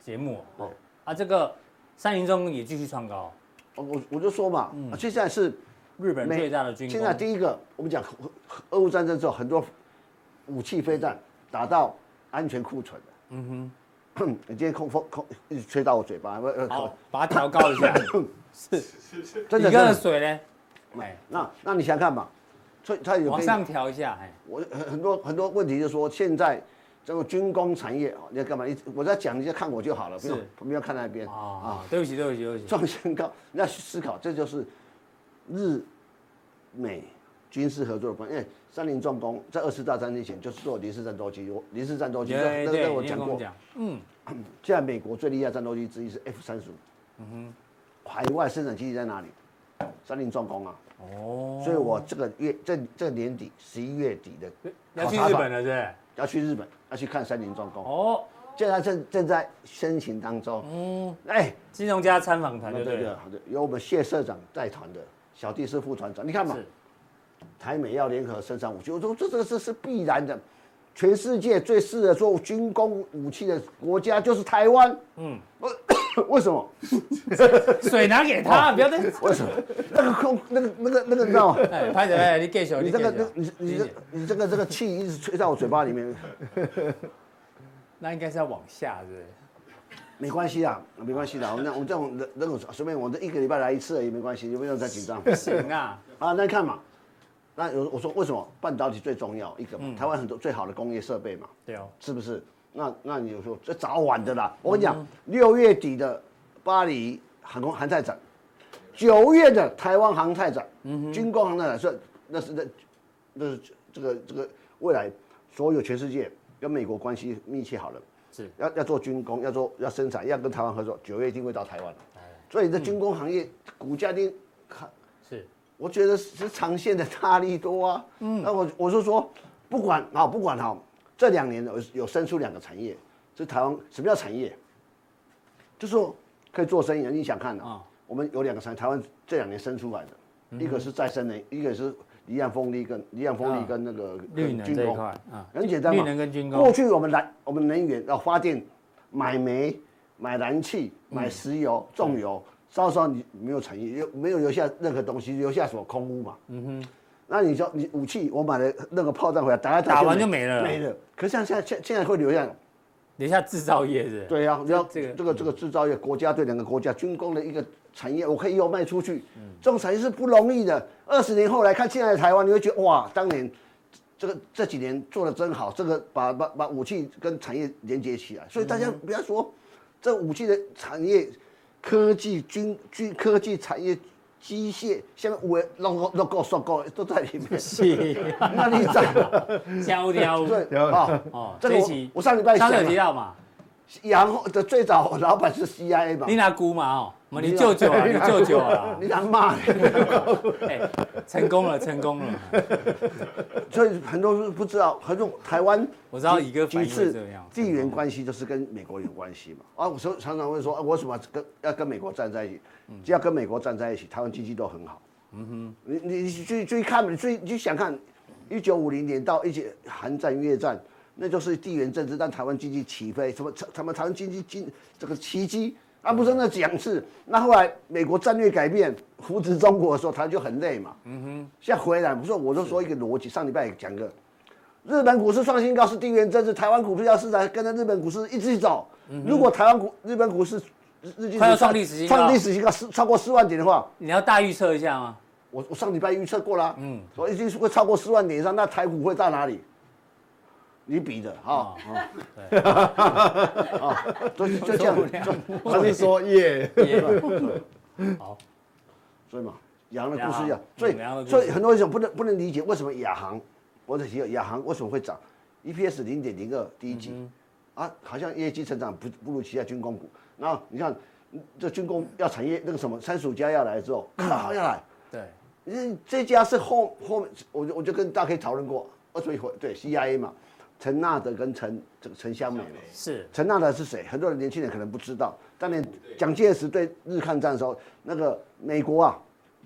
Speaker 1: 节目哦。啊，这个三菱重工也继续创高，
Speaker 2: 我我我就说嘛，啊现在是
Speaker 1: 嗯日本
Speaker 2: 美
Speaker 1: 最大的军工。
Speaker 2: 现在第一个，我们讲俄俄乌战争之后，很多武器飞弹打到安全库存了。嗯哼， 你今天空风空一直吹到我嘴巴，我呃
Speaker 1: 好，把它调高 一下。是，
Speaker 2: 真的
Speaker 1: 你刚
Speaker 2: 真
Speaker 1: 的
Speaker 2: 的。
Speaker 1: 水呢？哎，
Speaker 2: 那那你想看嘛？所以它有
Speaker 1: 往
Speaker 2: 被
Speaker 1: 上调一下，哎，
Speaker 2: 我很很多很多问题，就是说现在这个军工产业啊，你要干嘛？一直我在讲，你就看我就好了，不用
Speaker 1: 是
Speaker 2: 不用看那边啊
Speaker 1: 啊，。对不起，对不起，对 不起。
Speaker 2: 创新高，你要去思考，这就是日美军事合作的关系。因为三菱重工在二次大战之前就是做零式战斗机，我零式战斗机，这
Speaker 1: 对
Speaker 2: 这
Speaker 1: 对，
Speaker 2: 这
Speaker 1: 你
Speaker 2: 我
Speaker 1: 也
Speaker 2: 讲
Speaker 1: 跟
Speaker 2: 过。
Speaker 1: 讲，
Speaker 2: 现在美国最厉害的战斗机之一是 F 三十五，嗯哼，海外生产基地在哪里？三菱重工啊，
Speaker 1: 哦，
Speaker 2: 所以我这个月这这年底十一月底的
Speaker 1: 要去
Speaker 2: 考察
Speaker 1: 日
Speaker 2: 版
Speaker 1: 本了，对不对？
Speaker 2: 要去日本，要去看三菱重工，
Speaker 1: 哦，
Speaker 2: 现在正正在申请当中。嗯，哎，
Speaker 1: 金融家参访团，对
Speaker 2: 那
Speaker 1: 不
Speaker 2: 这
Speaker 1: 对
Speaker 2: 个
Speaker 1: 了？
Speaker 2: 好的，由我们谢社长带团的，小弟是副团长。你看嘛
Speaker 1: 是，
Speaker 2: 台美要联合生产武器，我说这这个是是必然的。全世界最适合做军工武器的国家就是台湾。嗯， 为什么？
Speaker 1: 水拿给
Speaker 2: 哦
Speaker 1: 他，不要 再。
Speaker 2: 为什么？那个空，那个那个那个，你知道吗？
Speaker 1: 哎，拍着哎，你给手，
Speaker 2: 你
Speaker 1: 给手
Speaker 2: 这个，那你你这
Speaker 1: 理解
Speaker 2: 你这个这个气一直吹到我嘴巴里面，
Speaker 1: 那应该是要往下，是不 是？
Speaker 2: 没关系啊，没关系的。我们那我们这种人人口随便，我这一个礼拜来一次而已，没关系，你不用再紧张。
Speaker 1: 不行啊，
Speaker 2: 啊，那看嘛，那有我说为什么半导体最重要一个嘛？台湾很多最好的工业设备嘛，
Speaker 1: 对哦，
Speaker 2: 是不是？那那你就说这早晚的啦。我跟你讲，六月底的巴黎航空航太展，九月的台湾航太展，军工航太展是那是那那是这个这个未来所有全世界跟美国关系密切好了，
Speaker 1: 是
Speaker 2: 要要做军工，要做要生产，要跟台湾合作，九月一定会到台湾。所以这军工行业股价一定看
Speaker 1: 是
Speaker 2: 我觉得是长线的大力多啊。嗯，那我我是说，不管啊，不管哈，这两年有有生出两个产业，是台湾什么叫产业？就是说可以做生意的。你想看啊？
Speaker 1: 啊嗯
Speaker 2: 我们有两个产业，台湾这两年生出来的，一个是再生能，一个是离岸风力跟离岸风力
Speaker 1: 啊
Speaker 2: 跟那个
Speaker 1: 绿
Speaker 2: 跟
Speaker 1: 能
Speaker 2: 军
Speaker 1: 这一
Speaker 2: 工
Speaker 1: 块啊，
Speaker 2: 很简单嘛。
Speaker 1: 绿能跟军工
Speaker 2: 过去我们燃我们能源要发电，买煤、买燃气、
Speaker 1: 嗯
Speaker 2: 买石油、重油，烧烧你没有产业，又没有留下任何东西，留下什么空屋嘛？嗯哼。那你说你武器，我买了那个炮弹回来，打来
Speaker 1: 打
Speaker 2: 去
Speaker 1: 完就没了
Speaker 2: 没了。可是像现在现现在会留下，
Speaker 1: 等一下制造业是
Speaker 2: 对呀、啊，你要
Speaker 1: 这个，
Speaker 2: 这个这个这个制造业，国家对两个国家军工的一个产业，我可以又卖出去，这种产业是不容易的。二十年后来看现在的台湾，你会觉得哇，当年这个这几年做的真好，这个把把把武器跟产业连接起来，所以大家不要说这武器的产业、科技、军军科技产业、机械，下面我 logo logo 收购都在里面
Speaker 1: 是，
Speaker 2: 那你在
Speaker 1: 交流
Speaker 2: 对啊，
Speaker 1: 哦，
Speaker 2: 这
Speaker 1: 这
Speaker 2: 个
Speaker 1: 一
Speaker 2: 我
Speaker 1: 期
Speaker 2: 我上礼拜
Speaker 1: 上次有
Speaker 2: 想
Speaker 1: 提
Speaker 2: 啊
Speaker 1: 到嘛，
Speaker 2: 然后的最早老板是 CIA 嘛
Speaker 1: 你。拿姑嘛哦，我们你
Speaker 2: 你
Speaker 1: 舅舅啊，你舅舅啊，
Speaker 2: 你敢骂？
Speaker 1: 哎，成功了，成功了，
Speaker 2: 所以很多人不知道，很多台湾
Speaker 1: 我知道乙哥反
Speaker 2: 几
Speaker 1: 应会
Speaker 2: 次
Speaker 1: 这样，
Speaker 2: 地缘关系就是跟美国有关系嘛。啊，我常常常会说，啊，我为什么跟要跟美国站在一起？
Speaker 1: 嗯
Speaker 2: 只要跟美国站在一起，台湾经济都很好。嗯哼，你你你去去看，你去你去想看，一九五零年到一九韩战、越战，那就是地缘政治让台湾经济起飞，什么什么台湾经济经这个奇迹。啊，不是那讲是，那后来美国战略改变，扶植中国的时候，他就很累嘛。嗯哼，现在回来，不是我就说一个逻辑，上礼拜也讲个，日本股市创新高是地缘政治，台湾股票市场跟着日本股市一起走。如果台湾股、日本股市日日经
Speaker 1: 快要
Speaker 2: 指数
Speaker 1: 创历史新高
Speaker 2: 创历史新高是超过四万点的话，
Speaker 1: 你要大预测一下吗？
Speaker 2: 我我上礼拜预测过啦，嗯，说一定是会超过四万点以上，那台股会到哪里？你比的哈，啊，所以就这样，
Speaker 4: 他是说耶，
Speaker 1: 也好，
Speaker 2: 所以嘛，洋的故事一样，所以
Speaker 1: 嗯洋的故事
Speaker 2: 所以很多人不能不能理解为什么亚航，我只提到亚航为什么会涨，EPS 零点零二第一季，啊，好像业绩成长不不如其他军工股，然后你看嗯这军工要产业那个什么三十五家要来之后，咔要来，
Speaker 1: 对，
Speaker 2: 这这家是后后面，我就我就跟大家可以讨论过，二十一回对 CIA 嘛，陈纳德跟陈这个陈香美嘛，
Speaker 1: 是
Speaker 2: 陈纳德是谁？很多人年轻人可能不知道。当年蒋介石对日抗战的时候，那个美国啊，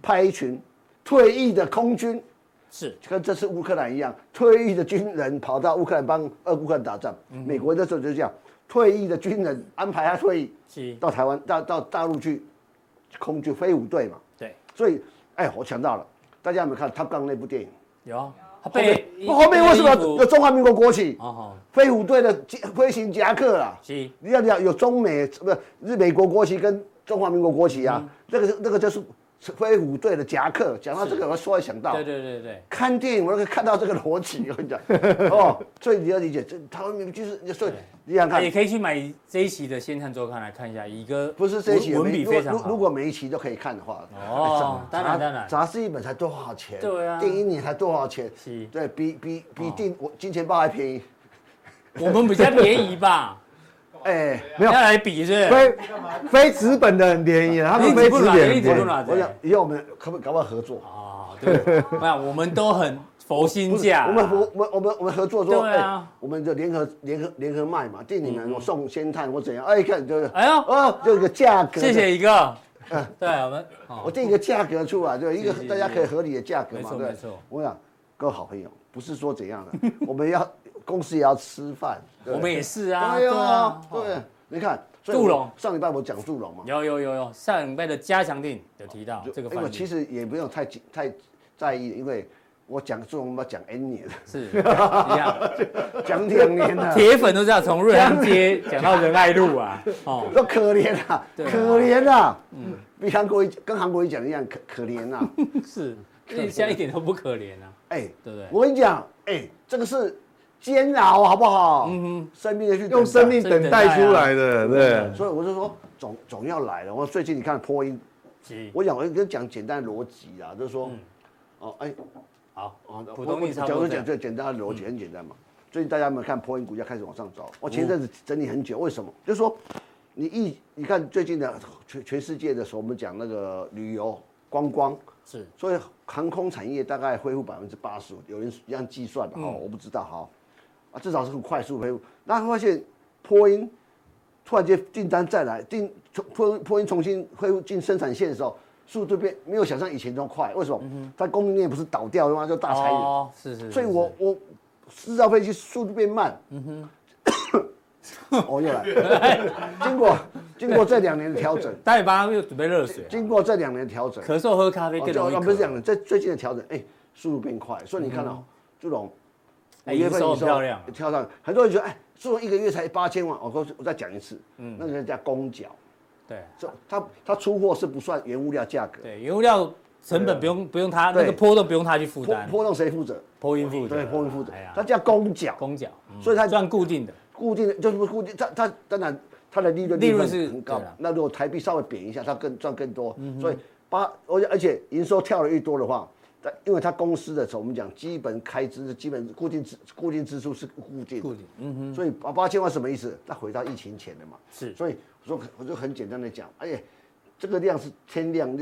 Speaker 2: 派一群退役的空军，
Speaker 1: 是，
Speaker 2: 跟这次乌克兰一样，退役的军人跑到乌克兰帮呃乌克兰打仗。
Speaker 1: 嗯
Speaker 2: 美国那时候就这样，退役的军人安排他退役
Speaker 1: 是
Speaker 2: 到台湾到到大陆去空军飞虎队嘛。
Speaker 1: 对，
Speaker 2: 所以，哎，我想到了，大家有没有看《他刚那部电影？
Speaker 1: 有啊，他
Speaker 2: 后
Speaker 1: 被
Speaker 2: 面后面为什么
Speaker 1: 被衣服
Speaker 2: 有中华民国国旗？
Speaker 1: 哦好，
Speaker 2: 飞虎队的飞行夹克啊，
Speaker 1: 是
Speaker 2: 你要讲有中美不是日美国国旗跟中华民国国旗啊，
Speaker 1: 嗯
Speaker 2: 那个是那个就是飞虎队的夹克。讲到这个，我突然想到，
Speaker 1: 对对对对，
Speaker 2: 看电影我能看到这个逻辑，我跟 你讲，哦，所以你要理解，这台湾民就是所以你想看
Speaker 1: 也，可以去买这一期的《先探周刊》来看一下，乙哥
Speaker 2: 不是这一期
Speaker 1: 文文
Speaker 2: 每
Speaker 1: 笔
Speaker 2: 如
Speaker 1: 非
Speaker 2: 果
Speaker 1: 常
Speaker 2: 如
Speaker 1: 好。
Speaker 2: 如果每一期都可以看的话，哎
Speaker 1: 哦，当然当然，
Speaker 2: 杂志一本才多少钱？
Speaker 1: 对啊
Speaker 2: 电影你才多少钱
Speaker 1: 是？哦
Speaker 2: 对比比比订我金钱豹还便宜。
Speaker 1: 我们比较便宜 吧？
Speaker 2: 哎，
Speaker 4: 没
Speaker 1: 要
Speaker 4: 有
Speaker 1: 来比是不是？
Speaker 4: 非非纸本的很便宜，啊他们非纸
Speaker 1: 你
Speaker 4: 本
Speaker 1: 一
Speaker 4: 很
Speaker 1: 直不
Speaker 4: 便
Speaker 1: 拿啊
Speaker 4: 宜。
Speaker 1: 对
Speaker 2: 我想以后我们可不可以搞不好合作？
Speaker 1: 哦，对，那我们都很佛心 价，
Speaker 2: 我们我们我们我们合作说，
Speaker 1: 对啊嗯
Speaker 2: 哎我们就联合联合联合卖嘛，电影呢我送先探或怎样，哎，看就是，
Speaker 1: 哎呦
Speaker 2: 哦，就有个价格，
Speaker 1: 谢谢一个，对我们
Speaker 2: 我
Speaker 1: 哦，
Speaker 2: 定一个价格出来，对，一个
Speaker 1: 是是
Speaker 2: 大家可以合理的价格
Speaker 1: 没
Speaker 2: 嘛，
Speaker 1: 错
Speaker 2: 对
Speaker 1: 没错。
Speaker 2: 我想各位好朋友，不是说怎样的， 我们要公司也要吃饭，对
Speaker 1: 我们也是啊，
Speaker 2: 对
Speaker 1: 啊
Speaker 2: 啊，，对，你看所以
Speaker 1: 祝
Speaker 2: 我
Speaker 1: 融
Speaker 2: 上礼拜我讲祝融嘛，
Speaker 1: 有有有有，上礼拜的加强定有提到
Speaker 2: 就
Speaker 1: 这个
Speaker 2: 因
Speaker 1: 范
Speaker 2: 为
Speaker 1: 例，
Speaker 2: 哎其实也没有太紧太在意，因为我讲祝融我们要讲 N 年，
Speaker 1: 是一样，
Speaker 2: 讲两年 啊了。
Speaker 1: 铁粉都知道从瑞安街讲到仁爱路 啊，哦，
Speaker 2: 说可怜啊，
Speaker 1: 对啊嗯
Speaker 2: 可怜啊，比韩国瑜跟韩国瑜讲的一样可可怜 啊，
Speaker 1: 是，现在一点都不可怜啊，
Speaker 2: 哎，
Speaker 1: 对不对？
Speaker 2: 我跟你讲，哎，这个是煎熬，好不好？嗯
Speaker 1: 哼，
Speaker 2: 生命的去等待
Speaker 4: 用生命等待出来的，对。
Speaker 2: 所以我就说总总要来了。我最近你看破音，
Speaker 1: 是
Speaker 2: 我讲我跟你讲简单的逻辑啊，就是说
Speaker 1: 嗯，
Speaker 2: 哦哎，
Speaker 1: 好，
Speaker 2: 哦
Speaker 1: 啊普通力差不
Speaker 2: 讲
Speaker 1: 多
Speaker 2: 就
Speaker 1: 这样嗯
Speaker 2: 讲最简单的逻辑，很简单嘛。最近大家有没有看破音股价开始往上走？
Speaker 1: 哦
Speaker 2: 我前一阵子整理很久，为什么？就是说，你一你看最近的全全世界的时候，我们讲那个旅游观光，
Speaker 1: 是
Speaker 2: 所以航空产业大概恢复百分之八十，有人这样计算的
Speaker 1: 嗯
Speaker 2: 哦，我不知道哈，啊，至少是很快速恢复。那发现波音突然间订单再来，订从波波音重新恢复进生产线的时候，速度变没有想象以前那么快，为什么？它供应链不是倒掉的吗？就大裁员，
Speaker 1: 嗯哦，是是，是
Speaker 2: 所以我我制造飞机速度变慢。嗯哼，哦又来了，经过经过这两年的调 整，
Speaker 1: 待会帮他又准备热水啊，
Speaker 2: 经过这两年的调整，
Speaker 1: 咳嗽喝咖啡更容易
Speaker 2: 哦
Speaker 1: 咳，嗯
Speaker 2: 不是这样的，在最近的调整，哎、速度变快，所以你看到、哦这种
Speaker 1: 哎营收很漂亮啊
Speaker 2: 跳上，很多人觉得哎，这种一个月才八千万，我说我再讲一次，嗯，那个叫公缴，
Speaker 1: 对
Speaker 2: 这他他出货是不算原物料价格，
Speaker 1: 对，原物料成本不用不用他那
Speaker 2: 对
Speaker 1: 个波动不用他去负
Speaker 2: 波
Speaker 1: 担，
Speaker 2: 波动谁负责？
Speaker 1: 波音负责，
Speaker 2: 对，波音负责
Speaker 1: 哎呀，
Speaker 2: 他叫公缴，
Speaker 1: 公缴，嗯
Speaker 2: 所以他
Speaker 1: 算固定的，
Speaker 2: 固定的就是不固定，它它当然它的利润
Speaker 1: 利润
Speaker 2: 率
Speaker 1: 是
Speaker 2: 很高
Speaker 1: 对啊嗯啦。
Speaker 2: 那如果台币稍微贬一下，它更赚更多。所以八，而且而且营收跳得越多的话，它因为它公司的时候我们讲基本开支、基本固定支固定支出是固定的，
Speaker 1: 固定
Speaker 2: 嗯哼。所以八八千万什么意思？那回到疫情前的嘛。
Speaker 1: 是
Speaker 2: 所以我说我就很简单的讲，哎，这个量是天量，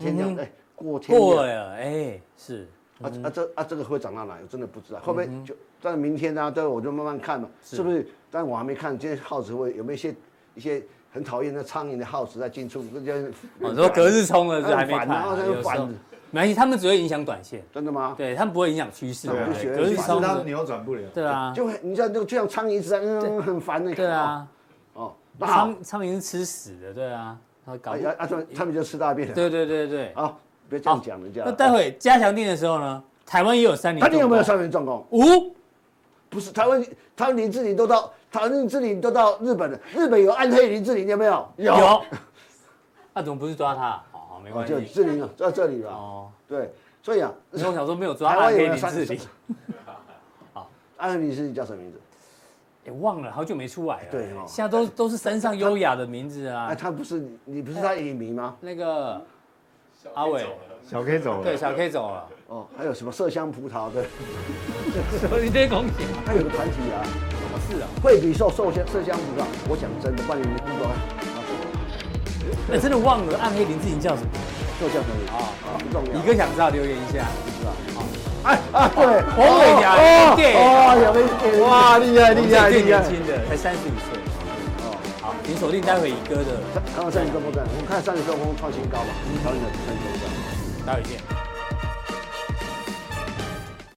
Speaker 2: 天量哎过天量
Speaker 1: 嗯过。了，哎，是
Speaker 2: 啊啊这啊这个会涨到哪里？我真的不知
Speaker 1: 嗯
Speaker 2: 道，会不会就但明天呢、啊？对，我就慢慢看嘛，是不是？但我还没看今天耗子会有没有一些一些很讨厌的苍蝇的耗子在进出，这就是
Speaker 1: 我哦说隔日冲了是还没看
Speaker 2: 很烦啊
Speaker 1: 啊，
Speaker 2: 很
Speaker 1: 有时
Speaker 2: 烦
Speaker 1: 候没关系，他们只会影响短线，
Speaker 2: 真的吗？
Speaker 1: 对他们不会影响趋势，
Speaker 2: 对
Speaker 1: 对
Speaker 2: 啊
Speaker 1: 不对
Speaker 2: 就
Speaker 1: 隔
Speaker 2: 觉
Speaker 1: 日
Speaker 2: 得
Speaker 1: 冲
Speaker 2: 反
Speaker 5: 它
Speaker 1: 了，
Speaker 5: 扭转不了。
Speaker 1: 对啊，
Speaker 2: 就会你知道就就像苍蝇一直在嗯很烦的，
Speaker 1: 对啊，
Speaker 2: 哦，那好，
Speaker 1: 苍苍蝇是吃屎的，对啊，他搞
Speaker 2: 啊
Speaker 1: 不，
Speaker 2: 啊啊他们他们就吃大便了，
Speaker 1: 对对对对，
Speaker 2: 啊，别这样讲人家。哦
Speaker 1: 那待会加强定的时候呢，台湾也有三年，
Speaker 2: 他们有没有上面状况？
Speaker 1: 五？
Speaker 2: 不是台湾，台湾林志玲都到台湾林志玲都到日本了，日本有暗黑林志玲有没有？
Speaker 1: 有，那怎么不是抓他？好好，没
Speaker 2: 哦，
Speaker 1: 关
Speaker 2: 就
Speaker 1: 系。
Speaker 2: 志玲啊，在这里了。
Speaker 1: 哦，
Speaker 2: 对，所以啊，
Speaker 1: 因为我想说没有抓
Speaker 2: 台
Speaker 1: 他
Speaker 2: 湾
Speaker 1: 可
Speaker 2: 有
Speaker 1: 以
Speaker 2: 没有
Speaker 1: 林
Speaker 2: 上
Speaker 1: 志玲，
Speaker 2: 安妮是叫什么名字？
Speaker 1: 也哎忘了，好久没出来了。
Speaker 2: 对哦
Speaker 1: 现在都都是山上优雅的名字
Speaker 2: 啊，
Speaker 1: 啊。
Speaker 2: 他不是你你不是他影迷吗？
Speaker 1: 那个阿伟，
Speaker 4: 小 K 走
Speaker 1: 对，
Speaker 4: 了，
Speaker 1: 小 K 走了，
Speaker 2: 哦，还有什么麝香葡 萄的，
Speaker 1: 你这恭喜。
Speaker 2: 还有个团体啊，
Speaker 1: 是啊，
Speaker 2: 惠比寿麝香麝香葡萄。我讲真的，帮你们不啊懂，
Speaker 1: 哎，真的忘了暗黑林志颖叫什么？
Speaker 2: 就叫什么啊？不重要。
Speaker 1: 李哥想知道，留言一下。
Speaker 2: 哎啊，对，
Speaker 1: 黄伟
Speaker 2: 哦
Speaker 1: 良，电影，
Speaker 2: 哦，有没有？
Speaker 4: 哇，厉害厉害
Speaker 1: 最
Speaker 4: 厉
Speaker 1: 年
Speaker 4: 害！
Speaker 1: 轻的，才三十五岁。哦，好，请锁定待会乙哥的，
Speaker 2: 刚刚三十多分，我们看三十多分创新高吧，调整三十多分。
Speaker 1: 待会见。